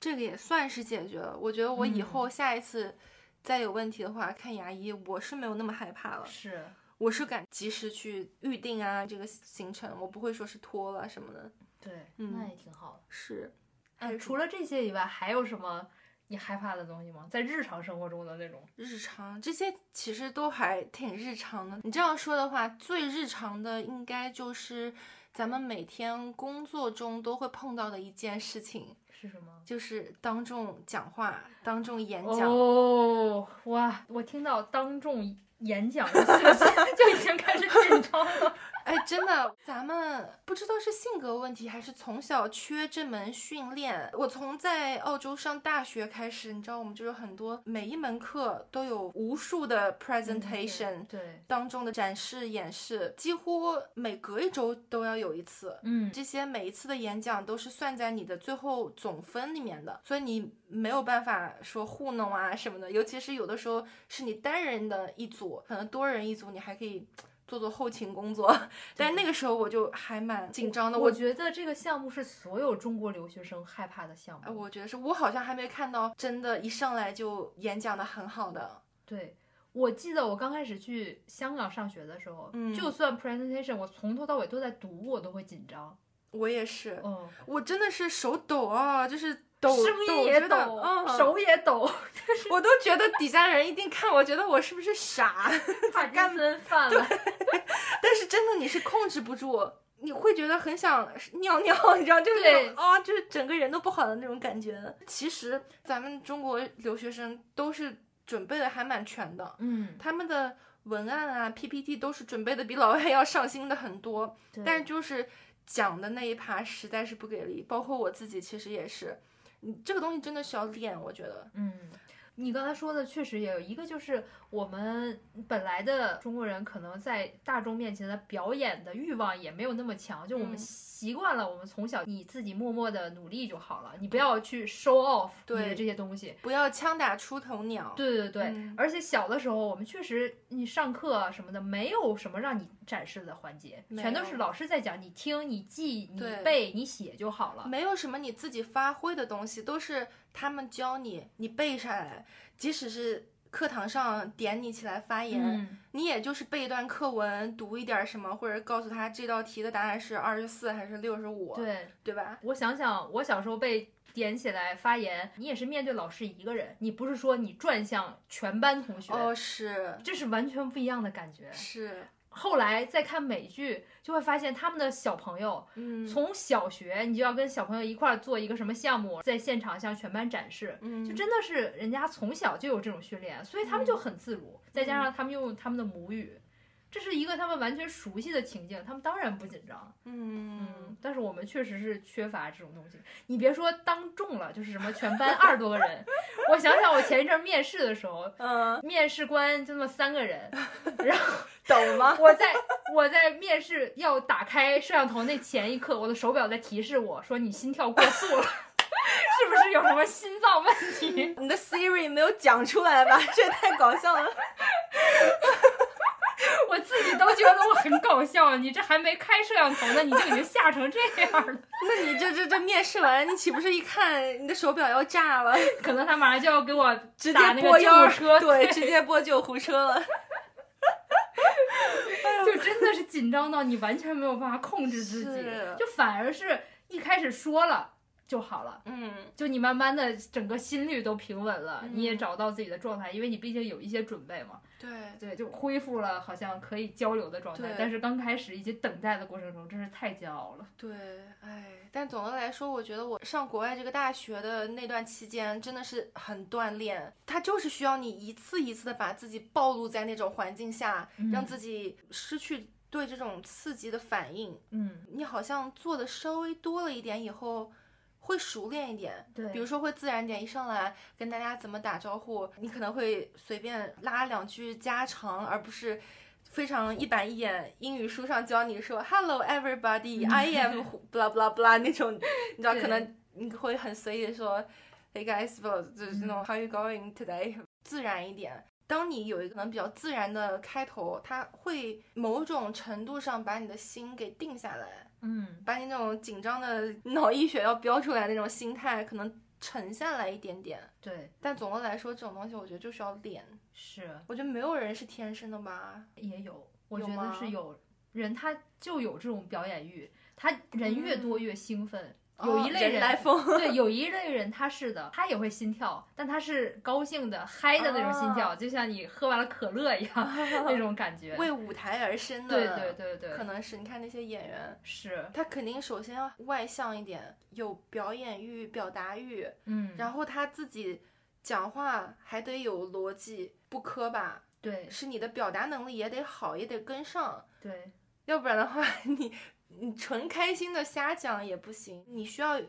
这个也算是解决了。我觉得我以后下一次再有问题的话，看牙医我是没有那么害怕了，
是，
我是敢及时去预定啊这个行程，我不会说是拖了什么的。
对，
嗯
那也挺好的。
是，还
哎，
有
除了这些以外，还有什么你害怕的东西吗？在日常生活中的那种？
日常这些其实都还挺日常的。你这样说的话，最日常的应该就是咱们每天工作中都会碰到的一件事情，
是什么？
就是当众讲话、当众演讲。
哦，哇！我听到当众演讲的四个字 就已经开始紧张 了。
哎，真的，咱们不知道是性格问题，还是从小缺这门训练。我从在澳洲上大学开始，你知道，我们就是很多每一门课都有无数的 presentation，、
对，
当中的展示演示，几乎每隔一周都要有一次。
嗯，
这些每一次的演讲都是算在你的最后总分里面的，所以你没有办法说糊弄啊什么的。尤其是有的时候是你单人的一组，可能多人一组，你还可以做做后勤工作。 但那个时候我就还蛮紧张的，
我
我
觉得这个项目是所有中国留学生害怕的项
呃
目。
我觉得是我好像还没看到真的，一上来就演讲的很好的。
对。我记得我刚开始去香港上学的时候，
嗯
就算 presentation 我从头到尾都在读，我都会紧张。
我也是，
嗯，
我真的是手抖啊，就是抖，
声音也
着
抖
的，嗯、
手也抖，
我都觉得底下人一定看我，觉得我是不是傻？
帕金森犯了。
但是真的你是控制不住，你会觉得很想尿尿，你知道，就是那种啊、就是整个人都不好的那种感觉。其实咱们中国留学生都是准备的还蛮全的，
嗯，
他们的文案啊、PPT 都是准备的比老外要上心的很多，
对
但是就是讲的那一趴实在是不给力，包括我自己其实也是，你这个东西真的是要练，我觉得。
嗯，你刚才说的确实也有一个，就是我们本来的中国人可能在大众面前的表演的欲望也没有那么强，就我们
嗯
习惯了，我们从小你自己默默的努力就好了，你不要去 show off 你
对
的这些东西。
不要枪打出头鸟。
对对对，
嗯
而且小的时候我们确实，你上课啊什么的，没有什么让你展示的环节，
没有
全都是老师在讲，你听、你记、你
对
背、你写就好了。
没有什么你自己发挥的东西，都是他们教你，你背下来。即使是课堂上点你起来发言，
嗯，
你也就是背一段课文，读一点什么，或者告诉他这道题的答案是二十四还是六十五，
对，
对吧？
我想想，我小时候被点起来发言，你也是面对老师一个人，你不是说你转向全班同学，
哦，是
这是完全不一样的感觉。
是，
后来再看美剧，就会发现他们的小朋友，
嗯
从小学你就要跟小朋友一块儿做一个什么项目，在现场向全班展示，
嗯，
就真的是人家从小就有这种训练，所以他们就很自如，再
嗯
加上他们用他们的母语，这是一个他们完全熟悉的情境，他们当然不紧张。
嗯
嗯，但是我们确实是缺乏这种东西。你别说当众了，就是什么全班二十多个人，我想想我前一阵儿面试的时候，
嗯，
面试官就那么三个人，然后
懂吗？
我在我在面试要打开摄像头那前一刻，我的手表在提示我说你心跳过速了， 是不是有什么心脏问题？
你的 Siri 没有讲出来吧？这也太搞笑了。
我自己都觉得我很搞笑，啊你这还没开摄像头呢，你就已经吓成这样了。
那你这这这面试完，你岂不是一看你的手表要炸了，
可能他马上就要给我
直接
打那
拨
个救
幺
护
二
车，
对，直接拨救护车了。
就真的是紧张到你完全没有办法控制自己
是，
就反而是一开始说了就好了，
嗯，
就你慢慢的整个心率都平稳了，
嗯
你也找到自己的状态，因为你毕竟有一些准备嘛，
对。
对，就恢复了好像可以交流的状态
对。
但是刚开始以及等待的过程中，真是太煎熬了。
对，哎，但总的来说，我觉得我上国外这个大学的那段期间，真的是很锻炼。它就是需要你一次一次的把自己暴露在那种环境下，让
嗯
自己失去对这种刺激的反应。
嗯，
你好像做的稍微多了一点以后。会熟练一点，
嗯对
比如说会自然点，一上来跟大家怎么打招呼，你可能会随便拉两句家常，而不是非常一板一眼。英语书上教你说 “Hello everybody, I am blah blah blah” 那种，你知道，
嗯对
可能你会很随意的说 “Hey guys, blah”，就是那
嗯
种 “How you going today”，自 然一点。当你有一个可能比较自然的开头，它会某种程度上把你的心给定下来，
嗯，
把你那种紧张的脑溢血要飙出来那种心态可能沉下来一点点。
对，
但总的来说，这种东西我觉得就需要练。
是
我觉得没有人是天生的吧。
也有，我
有
觉得
吗
是有人他就有这种表演欲，他人越多越兴奋。有一类
嗯哦人来疯，
对，有一类人他是的，他也会心跳，但他是高兴的、嗨的那种心跳，就像你喝完了可 乐一样那种感觉。
啊为舞台而生
对
的，
对对对，
可能是你看那些演员，
是，
他肯定首先要外向一点，有表演欲、表达欲，
嗯，
然后他自己讲话还得有逻辑，不磕巴，
对
是你的表达能力也得好，也得跟上，
对
要不然的话， 你你纯开心的瞎讲也不行，你需要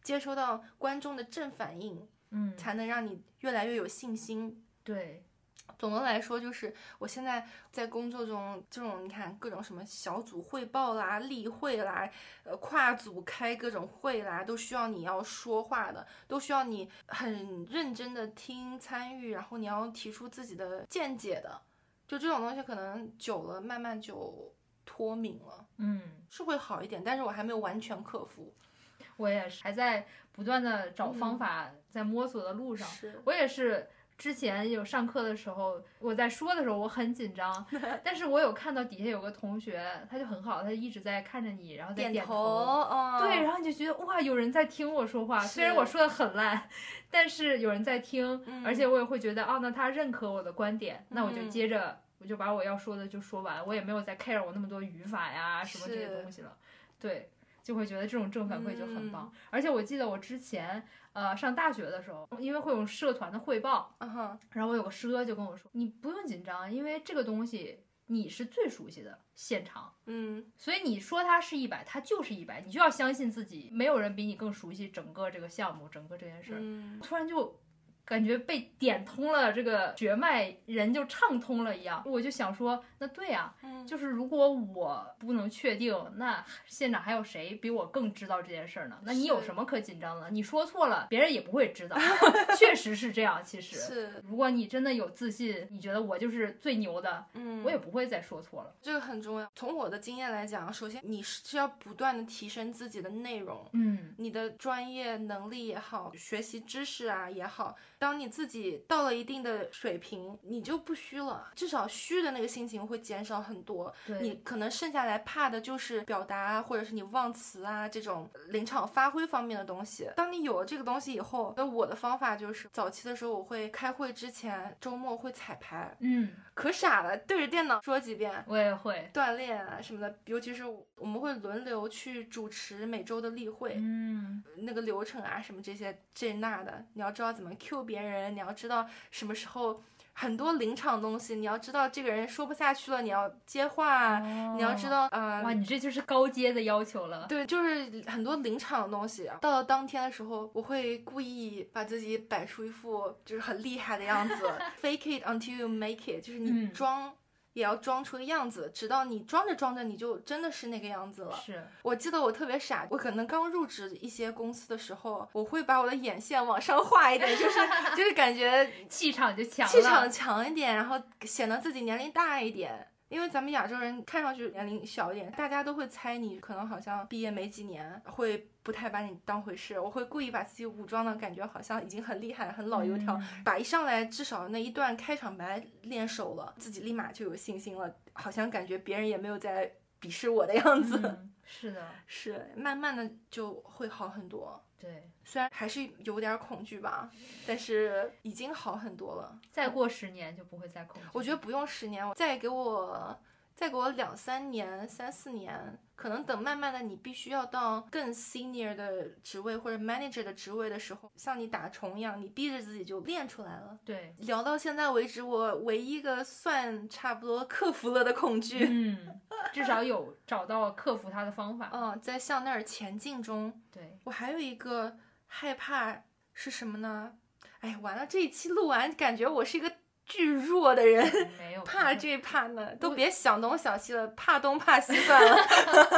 接收到观众的正反应，
嗯，
才能让你越来越有信心。
对
总的来说，就是我现在在工作中，这种你看各种什么小组汇报啦、例会啦、呃跨组开各种会啦，都需要你要说话的，都需要你很认真的听、参与，然后你要提出自己的见解的。就这种东西，可能久了慢慢就脱敏了，
嗯，
是会好一点，但是我还没有完全克服。
我也是还在不断的找方
嗯
法，在摸索的路上。
是，
我也是之前有上课的时候，我在说的时候我很紧 张，但是我有看到底下有个同学，他就很好，他一直在看着你，然后在
点
点
头，哦，
对，，然后你就觉得哇，有人在听我说话，虽然
是
我说的很烂，但是有人在听，而且我也会觉得，哦，那他认可我的观点，那我就
嗯
接着我就把我要说的就说完，我也没有再 care 我那么多语法呀什么这些
是嗯
东西了，对，就会觉得这种正反馈就很棒。而且我记得我之前呃上大学的时候，因为会有社团的汇报，
嗯哼，
然后我有个师哥就跟我说，你不用紧张，因为这个东西你是最熟悉的现场，
嗯
所以你说它是一百，它就是一百，你就要相信自己，没有人比你更熟悉整个这个项目，整个这件事儿。
嗯
突然就感觉被点通了，这个血脉人就畅通了一样。我就想说，那对啊，
嗯，
就是如果我不能确定，那现场还有谁比我更知道这件事儿呢？那你有
是
什么可紧张的？你说错了，别人也不 会知道。确实是这样，其实。
是，
如果你真的有自信，你觉得我就是最牛的，
嗯，
我也不会再说错了。
这个很重要。从我的经验来讲，首先你是要不断的提升自己的内容，
嗯
你的专业能力也好，学习知识啊也好，当你自己到了一定的水平，你就不虚了，至少虚的那个心情会减少很多。
对
你可能剩下来怕的就是表达啊，或者是你忘词啊这种临场发挥方面的东西。当你有了这个东西以后，那我的方法就是早期的时候我会开会之前，周末会彩排，
嗯，
可傻了，对着电脑说几遍。
我也会。
锻炼啊什么的，尤其是我们会轮流去主持每周的例会，
嗯，
那个流程啊，什么这些这那的，你要知道怎么 Q 别人，你要知道什么时候很多临场东西，你要知道这个人说不下去了，你要接话啊，你要知
哦。
道，呃，
哇，你这就是高阶的要求了。
对，就是很多临场的东西。啊到了当天的时候，我会故意把自己摆出一副就是很厉害的样 子，fake it until you make it，就是你
嗯
装。也要装出个样子，直到你装着装着，你就真的是那个样子了。
是，
我记得我特别傻，我可能刚入职一些公司的时候，我会把我的眼线往上画一点，就是就是感觉
气场就强了。
气场强一点，然后显得自己年龄大一点。因为咱们亚洲人看上去年龄小一点，大家都会猜你可能好像毕业没几年，会不太把你当回事。我会故意把自己武装的感觉好像已经很厉害、很老油条，
嗯
把一上来至少那一段开场白练熟了，自己立马就有信心了，好像感觉别人也没有在鄙视我的样 子。
嗯是的，
是，慢慢的就会好很多。
对。
虽然还是有点恐惧吧，但是已经好很多了。
再过十年就不会再恐惧。
我觉得不用十年，我再给我再给我两三年、三四年，可能等慢慢的你必须要到更 senior 的职位或者 manager 的职位的时候，像你打虫一样，你逼着自己就练出来了。
对，
聊到现在为止，我唯一一个算差不多克服了的恐惧，
嗯，至少有找到克服它的方 法。
嗯，在向那儿前进中，
对，
我还有一个害怕是什么呢？哎，完了，这一期录完，感觉我是一个巨弱的人，
没有
怕
不会
这怕那，都别想东想西了，怕东怕西算了。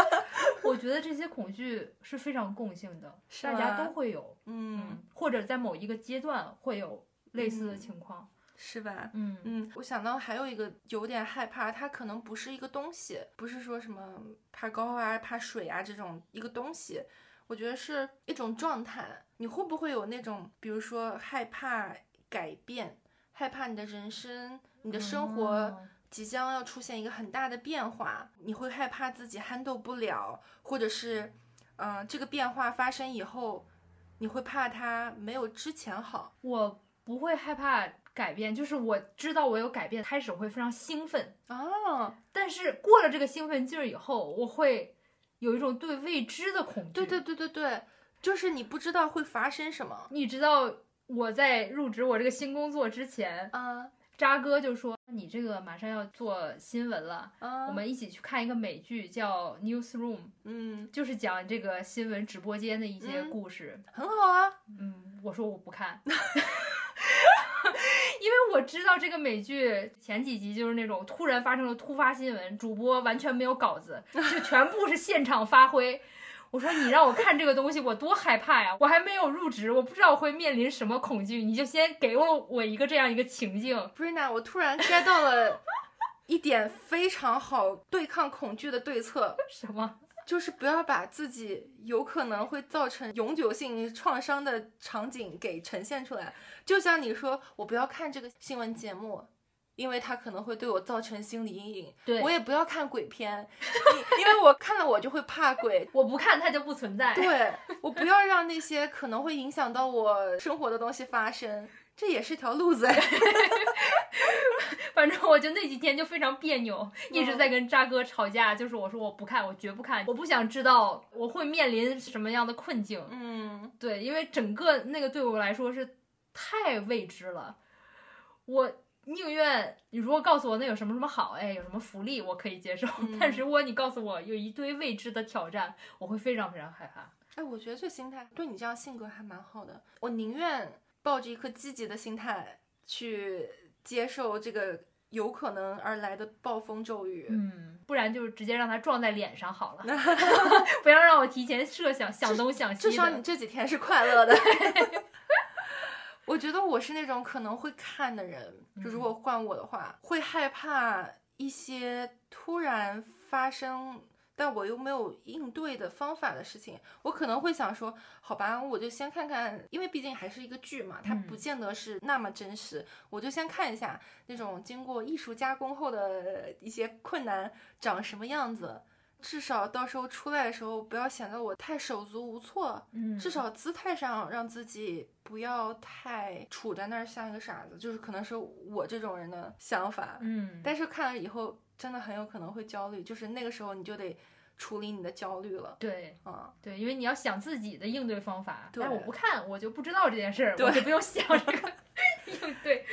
我觉得这些恐惧是非常共性的，
是
大家
吧
都会有，
嗯，
嗯，或者在某一个阶段会有类似的情况。
是吧？
嗯
嗯，我想到还有一个有点害怕，它可能不是一个东西，不是说什么怕高啊、怕水啊这种一个东西，我觉得是一种状态。你会不会有那种，比如说害怕改变，害怕你的人生、你的生活？
哦
即将要出现一个很大的变化，你会害怕自己 handle 不了，或者是，嗯、这个变化发生以后，你会怕它没有之前好。
我不会害怕改变，就是我知道我有改变，开始会非常兴奋，
哦，
但是过了这个兴奋劲儿以后，我会有一种对未知的恐惧。
对对，对对对，就是你不知道会发生什么。
你知道我在入职我这个新工作之前，
啊
渣哥就说你这个马上要做新闻了，
啊，
我们一起去看一个美剧叫《Newsroom》，
嗯，
就是讲这个新闻直播间的一些
嗯
故事。
很好啊，
嗯，我说我不看， 因为我知道这个美剧前几集就是那种突然发生了突发新闻，主播完全没有稿子，就全部是现场发挥。我说你让我看这个东西，我多害怕呀！我还没有入职，我不知道我会面临什么恐惧，你就先给我我一个这样一个情境。
b r i n a 我突然 get 到了一点非常好对抗恐惧的对策，
什么？
就是不要把自己有可能会造成永久性创伤的场景给呈现出来。就像你说，我不要看这个新闻节目。因为它可能会对我造成心理阴影，
对
我也不要看鬼片，因因为我看了我就会怕鬼。
我不看它就不存在。
对我不要让那些可能会影响到我生活的东西发生，这也是条路子 哎。
反正我就那几天就非常别扭，
嗯
一直在跟渣哥吵架，就是我说我不看，我绝不看，我不想知道我会面临什么样的困境。
嗯，
对，因为整个那个对我来说是太未知了，我宁愿你如果告诉我那有什么什么好，哎，有什么福利我可以接受，
嗯
但是如果你告诉我有一堆未知的挑战，我会非常非常害怕。
哎，我觉得这心态对你这样性格还蛮好的。我宁愿抱着一颗积极的心态去接受这个有可能而来的暴风骤雨。
嗯，不然就是直接让它撞在脸 上好了，不要让我提前设想想东想
至
西
少你
的。
这几天是快乐的。 我觉得我是那种可能会看的人，就
嗯
如果换我的话，会害怕一些突然发生。但我又没有应对的方法的事情，我可能会想说，好吧，我就先看看，因为毕竟还是一个剧嘛，它
嗯
不见得是那么真实，我就先看一下那种经过艺术加工后的一些困难长什么样子，至少到时候出来的时候不要显得我太手足无措，
嗯，
至少姿态上让自己不要太杵在那儿像一个傻子，就是可能是我这种人的想法。
嗯，
但是看了以后，真的很有可能会焦虑，就是那个时候你就得处理你的焦虑了
对
啊、
对，因为你要想自己的应对方法，
对
但我不看，我就不知道这 件事儿，
对
我就不用想这 个应对。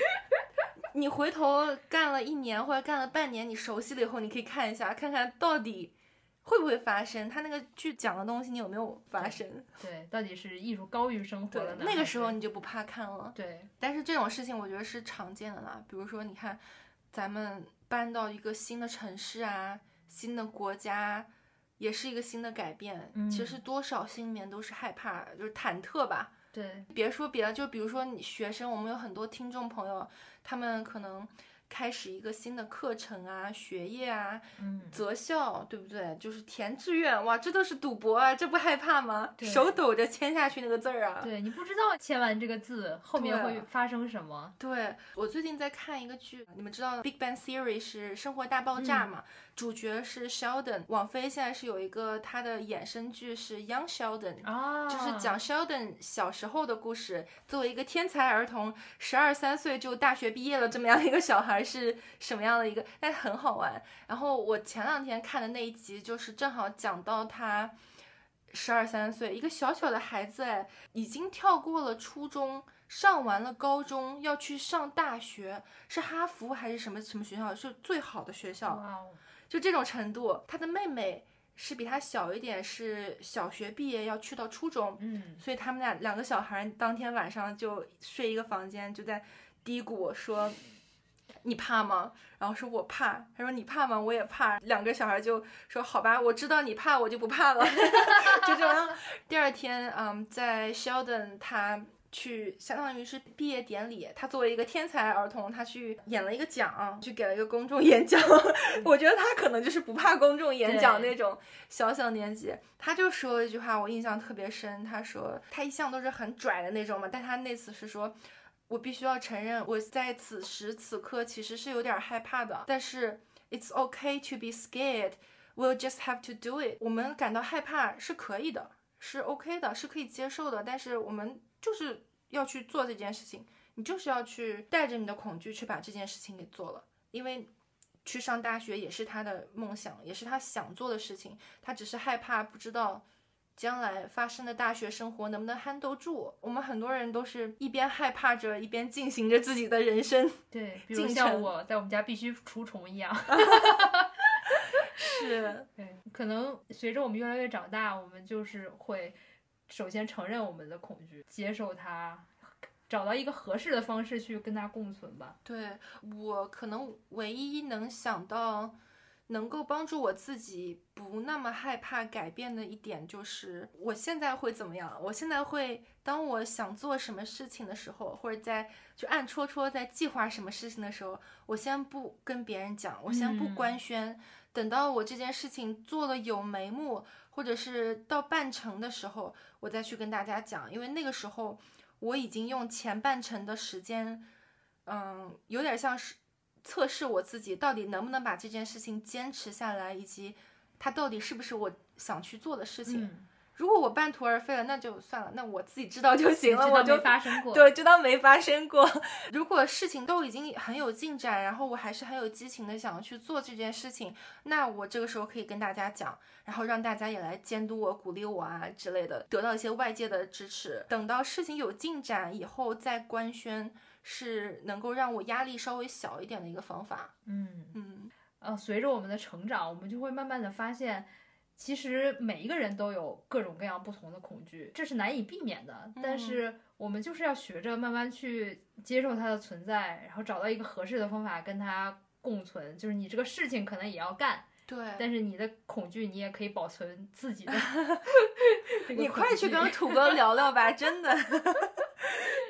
你回头干了一年或者干了半年，你熟悉了以后，你可以看一下，看看到底会不会发生，他那个剧讲的东西你有没有发生？
对，到底是艺术高于生活了呢？
那个时候
还是
你就不怕看了。
对，
但是这种事情我觉得是常见的啦，比如说你看，咱们搬到一个新的城市啊，新的国家，也是一个新的改变。
嗯
其实多少心里面都是害怕，就是忐忑吧。
对，
别说别的，就比如说你学生，我们有很多听众朋友，他们可能开始一个新的课程啊、学业啊、
嗯，
择校，对不对？就是填志愿，哇，这都是赌博啊，这不害怕吗？
对
手抖着签下去那个字儿啊。
对你不知道签完这个字后面
对啊
会发生什么。
对我最近在看一个剧，你们知道《Big Bang Theory》是《生活大爆炸》嘛？主角是 Sheldon，网飞现在是有一个他的衍生剧是 Young Sheldon。
啊，
就是讲 Sheldon 小时候的故事。作为一个天才儿童，十二三岁就大学毕业了，这么样一个小孩是什么样的一个？但很好玩。然后我前两天看的那一集，就是正好讲到他十二三岁，一个小小的孩子，哎，已经跳过了初中。上完了高中要去上大学，是哈佛还是什么什么学校？是最好的学校。
哇哦，
就这种程度。他的妹妹是比他小一点，是小学毕业要去到初中，
嗯，
所以他们俩两个小孩当天晚上就睡一个房间，就在嘀咕说。你怕吗？然后说我怕。他说你怕吗？我也怕。两个小孩就说好吧，我知道你怕，我就不怕了。 就这样。第二天，嗯，在 Sheldon 他去相当于是毕业典礼，他作为一个天才儿童，他去演了一个奖，去给了一个公众演讲。 我觉得他可能就是不怕公众演讲
对
那种小小年纪，他就说了一句话，我印象特别深。他说他一向都是很拽的那种嘛，但他那次是说。我必须要承认，我在此时此刻其实是有点害怕的，但是 it's okay to be scared, we'll just have to do it。我们感到害怕是可以的，是 OK 的，是可以接受的，但是我们就是要去做这件事情，你就是要去带着你的恐惧去把这件事情给做了，因为去上大学也是他的梦想，也是他想做的事情，他只是害怕不知道。将来发生的大学生活能不能 handle 住？我们很多人都是一边害怕着，一边进行着自己的人生。
对，比如
进
像
程
我在我们家必须除虫一样。
是，
对，可能随着我们越来越长大，我们就是会首先承认我们的恐惧，接受它，找到一个合适的方式去跟它共存吧。
对我可能唯一能想到能够帮助我自己不那么害怕改变的一点，就是我现在会怎么样？我现在会，当我想做什么事情的时候，或者在就暗戳戳在计划什么事情的时候，我先不跟别人讲，我先不
嗯
官宣，等到我这件事情做了有眉目，或者是到半程的时候，我再去跟大家讲，因为那个时候我已经用前半程的时间，嗯，有点像是测试我自己到底能不能把这件事情坚持下来，以及它到底是不是我想去做的事情。
嗯，
如果我半途而废了，那就算了，那我自己知道就行了，
知
我
道
就
没发生过。，
对，就当没发生过。 如果事情都已经很有进展，然后我还是很有激情的想要去做这件事情，那我这个时候可以跟大家讲，然后让大家也来监督我、鼓励我啊之类的，得到一些外界的支持。等到事情有进展以后再官宣。是能够让我压力稍微小一点的一个方法。
嗯。
嗯，
呃，随着我们的成长，我们就会慢慢的发现，其实每一个人都有各种各样不同的恐惧，这是难以避免的。
嗯
但是我们就是要学着慢慢去接受它的存在，然后找到一个合适的方法跟它共存。就是你这个事情可能也要干，
对。
但是你的恐惧你也可以保存自 己的这个恐惧。
你快去 跟土哥聊聊吧，真的，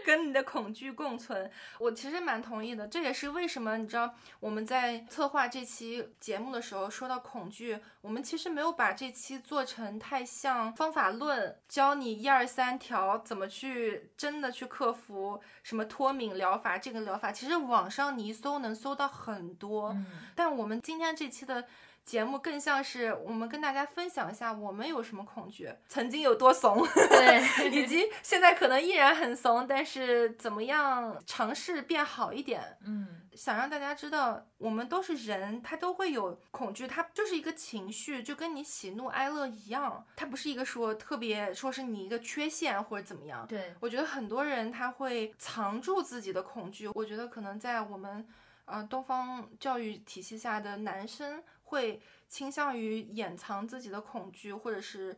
跟你的恐惧共存。我其实蛮同意的，这也是为什么你知道我们在策划这期节目的时候说到恐惧，我们其实没有把这期做成太像方法论，教你一二三条怎么去真的去克服什么脱敏疗法这个疗法，其实网上你一搜能搜到很多。
嗯
但我们今天这期的节目更像是我们跟大家分享一下我们有什么恐惧，曾经有多怂，以
对，
及现在可能依然很怂，但是怎么样尝试变好一点。
嗯
想让大家知道，我们都是人，他都会有恐惧，它就是一个情绪，就跟你喜怒哀乐一样，它不是一个说特别说是你一个缺陷或者怎么样。
对，
我觉得很多人他会藏住自己的恐惧，我觉得可能在我们呃东方教育体系下的男生会倾向于掩藏自己的恐惧，或者是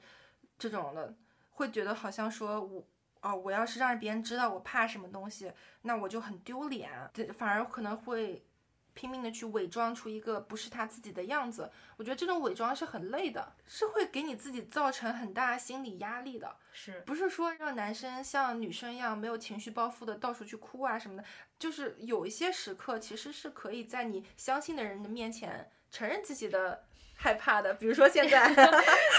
这种的，会觉得好像说我。啊、我要是让别人知道我怕什么东西，那我就很丢脸，对，反而可能会拼命的去伪装出一个不是他自己的样子。我觉得这种伪装是很累的，是会给你自己造成很大心理压力的。
是，
不是说让男生像女生一样没有情绪包袱的到处去哭啊什么的，就是有一些时刻其实是可以在你相信的人的面前承认自己的害怕的，比如说现 在，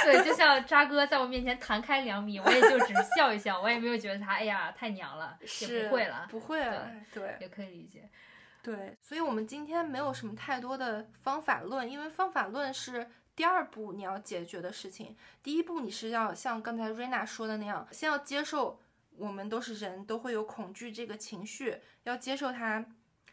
对，就像渣哥在我面前弹开两米，我也就只是笑一笑，我也没有觉得他哎呀太娘了，也
是
不会了。
不会了，对
也可以理解。
对，所以我们今天没有什么太多的方法论，因为方法论是。第二步你要解决的事情，第一步你是要像刚才瑞娜说的那样，先要接受我们都是人，都会有恐惧这个情绪，要接受它，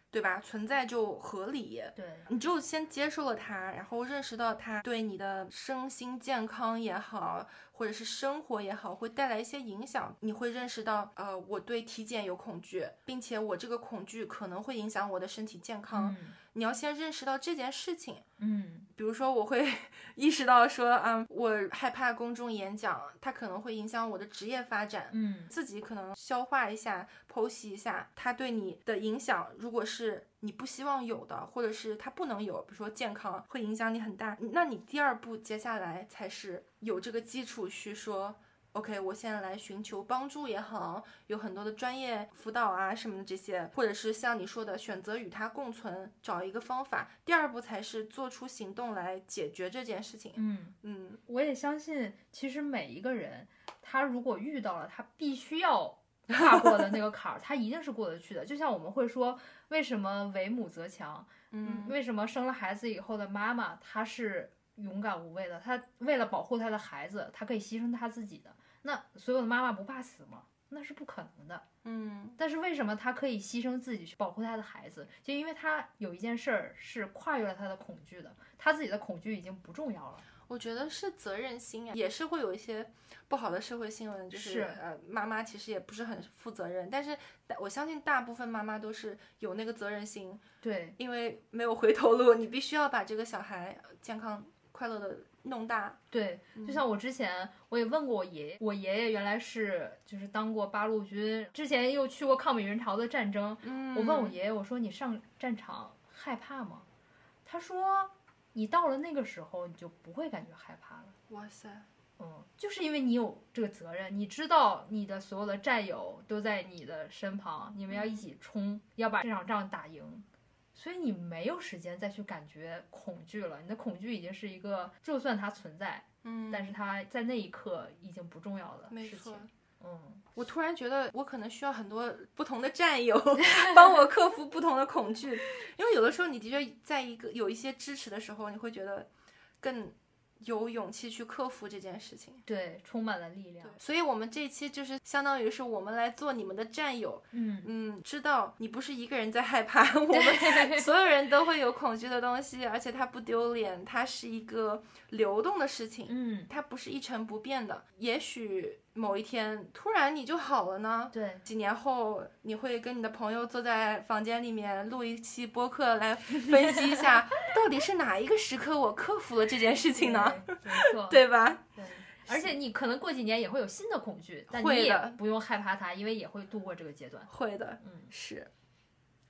对吧？存在就合理。
对，
你只有先接受了它，然后认识到它对你的身心健康也好，或者是生活也好，会带来一些影响。你会认识到，呃，我对体检有恐惧，并且我这个恐惧可能会影响我的身体健康。
嗯
你要先认识到这件事情。
嗯
比如说，我会 意识到说，啊，我害怕公众演讲，它可能会影响我的职业发展。
嗯
自己可能消化一下、剖析一下它对你的影响。如果是你不希望有的，或者是它不能有，比如说健康会影响你很大，那你第二步接下来才是有这个基础去说。OK，我现在来寻求帮助也好，有很多的专业辅导啊什么的这些，或者是像你说的选择与它共存，找一个方法。第二步才是做出行动来解决这件事情。
嗯，
嗯，
我也相信，其实每一个人，他如果遇到了他必须要跨过的那个坎儿，他一定是过得去的。就像我们会说，为什么为母则强？
嗯
为什么生了孩子以后的妈妈，她是勇敢无畏的？她为了保护她的孩子，她可以牺牲她自己的。那所有的妈妈不怕死吗？那是不可能的。
嗯
但是为什么他可以牺牲自己去保护他的孩子？就因为他有一件事儿是跨越了他的恐惧的，他自己的恐惧已经不重要了。
我觉得是责任心呀，也是会有一些不好的社会新闻，就是
是
呃，妈妈其实也不是很负责任，但是大我相信大部分妈妈都是有那个责任心，
对，
因为没有回头路，你必须要把这个小孩健康快乐的弄大。
对，就像我之前我也问过我爷爷，我爷爷原来是就是当过八路军，之前又去过抗美援朝的战争。
嗯
我问我爷爷，我说你上战场害怕吗？他说你到了那个时候你就不会感觉害怕了。
哇塞，
嗯，就是因为你有这个责任，你知道你的所有的战友都在你的身旁，你们要一起冲，要把这场仗打赢，所以你没有时间再去感觉恐惧了。你的恐惧已经是一个，就算它存在，
嗯，
但是它在那一刻已经不重要的
没
事
错
情。。嗯，
我突然觉得我可能需要很多不同的战友帮我克服不同的恐惧，因为有的时候你的确在一个有一些支持的时候，你会觉得更有勇气去克服这件事情。
对，充满了力量。
所以，我们这一期就是相当于是我们来做你们的战友，
嗯，
嗯，知道你不是一个人在害怕， 我们所有人都会有恐惧的东西，而且它不丢脸，它是一个流动的事情，
嗯，
它不是一成不变的。也许某一天突然你就好了呢。
对，
几年后，你会跟你的朋友坐在房间里面录一期播客，来分析一下到底是哪一个时刻我克服了这件事情呢？
对？没错，
对吧？
对。而且你可能过几年也会有新的恐惧，但你
会
也
的
不用害怕它，因为也会度过这个阶段。
会的，
嗯，
是。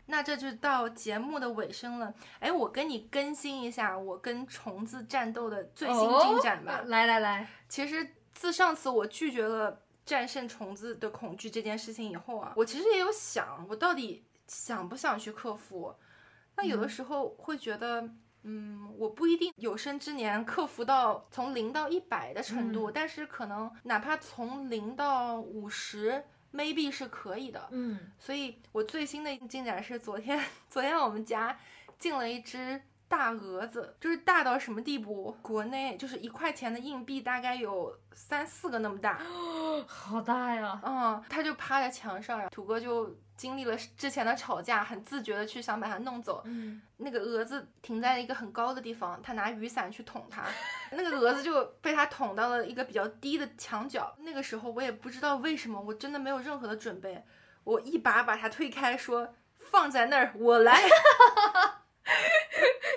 那这就到节目的尾声了，哎，我跟你更新一下我跟虫子战斗的最新进展吧。
哦来来来，
其实自上次我拒绝了战胜虫子的恐惧这件事情以后啊，我其实也有想，我到底想不想去克服？那有的时候会觉得，嗯，我不一定有生之年克服到从零到一百的程度，但是可能哪怕从零到五十，maybe 是可以的。
嗯，
所以我最新的进展是昨天，昨天我们家进了一只大蛾子，就是大到什么地步？国内就是一块钱的硬币，大概有三四个那么大。
好大呀，
嗯，它就趴在墙上，土哥就经历了之前的吵架，很自觉的去想把它弄走。
嗯，
那个蛾子停在一个很高的地方，他拿雨伞去捅它，那个蛾子就被他捅到了一个比较低的墙角。那个时候我也不知道为什么，我真的没有任何的准备，我一把把它推开，说放在那儿，我来。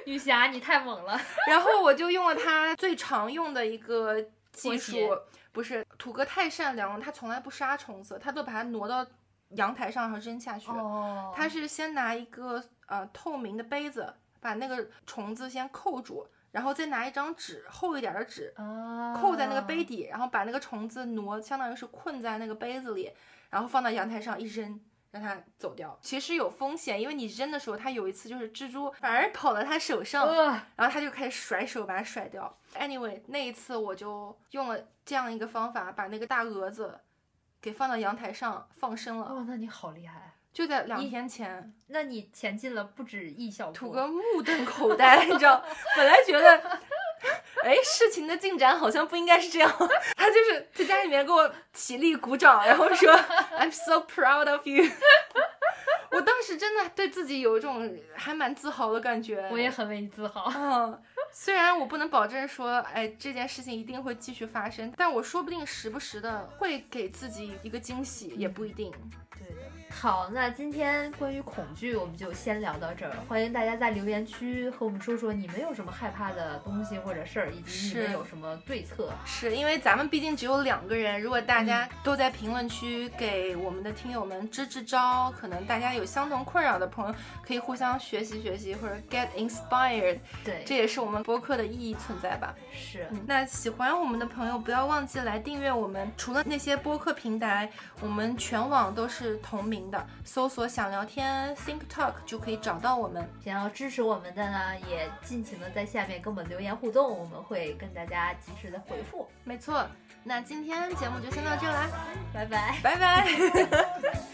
玉霞你太猛了，
然后我就用了他最常用的一个技
拖
术，不是土哥太善良了，他从来不杀虫子，他都把它挪到阳台上然后扔下去。
哦
他是先拿一个呃透明的杯子把那个虫子先扣住，然后再拿一张纸厚一点的纸
啊，
扣在那个杯底，然后把那个虫子挪，相当于是困在那个杯子里，然后放到阳台上一扔。让它走掉，其实有风险，因为你扔的时候，它有一次就是蜘蛛反而跑到它手上，
呃，
然后他就开始甩手把它甩掉。Anyway，那一次我就用了这样一个方法，把那个大蛾子给放到阳台上放生了。
哦，那你好厉害，
就在两
你
天前，
那你前进了不止一小步，
土哥目瞪口 呆，你知道，本来觉得，哎，事情的进展好像不应该是这样。 他就是在家里面给我起立鼓掌，然后说 I'm so proud of you。我当时真的对自己有一种还蛮自豪的感觉。
我也很为你自豪。
嗯，虽然我不能保证说，哎，这件事情一定会继续发生，但我说不定时不时的会给自己一个惊喜，也不一定。
对的，好，那今天关于恐惧，我们就先聊到这儿。欢迎大家在留言区和我们说说你们有什么害怕的东西或者事儿，以及你
是
们有什么对策。
是因为咱们毕竟只有两个人，如果大家都在评论区给我们的听友们支支招，可能大家有相同困扰的朋友可以互相学习学习，或者 get inspired，
对，
这也是我们播客的意义存在吧。
是
嗯那喜欢我们的朋友，不要忘记来订阅我们。除了那些播客平台，我们全网都是同名的，搜索“想聊天 Think Talk” 就可以找到我们。
想要支持我们的呢，也尽情的在下面跟我们留言互动，我们会跟大家及时的回复。
没错，那今天节目就先到这啦，
拜拜。
拜拜。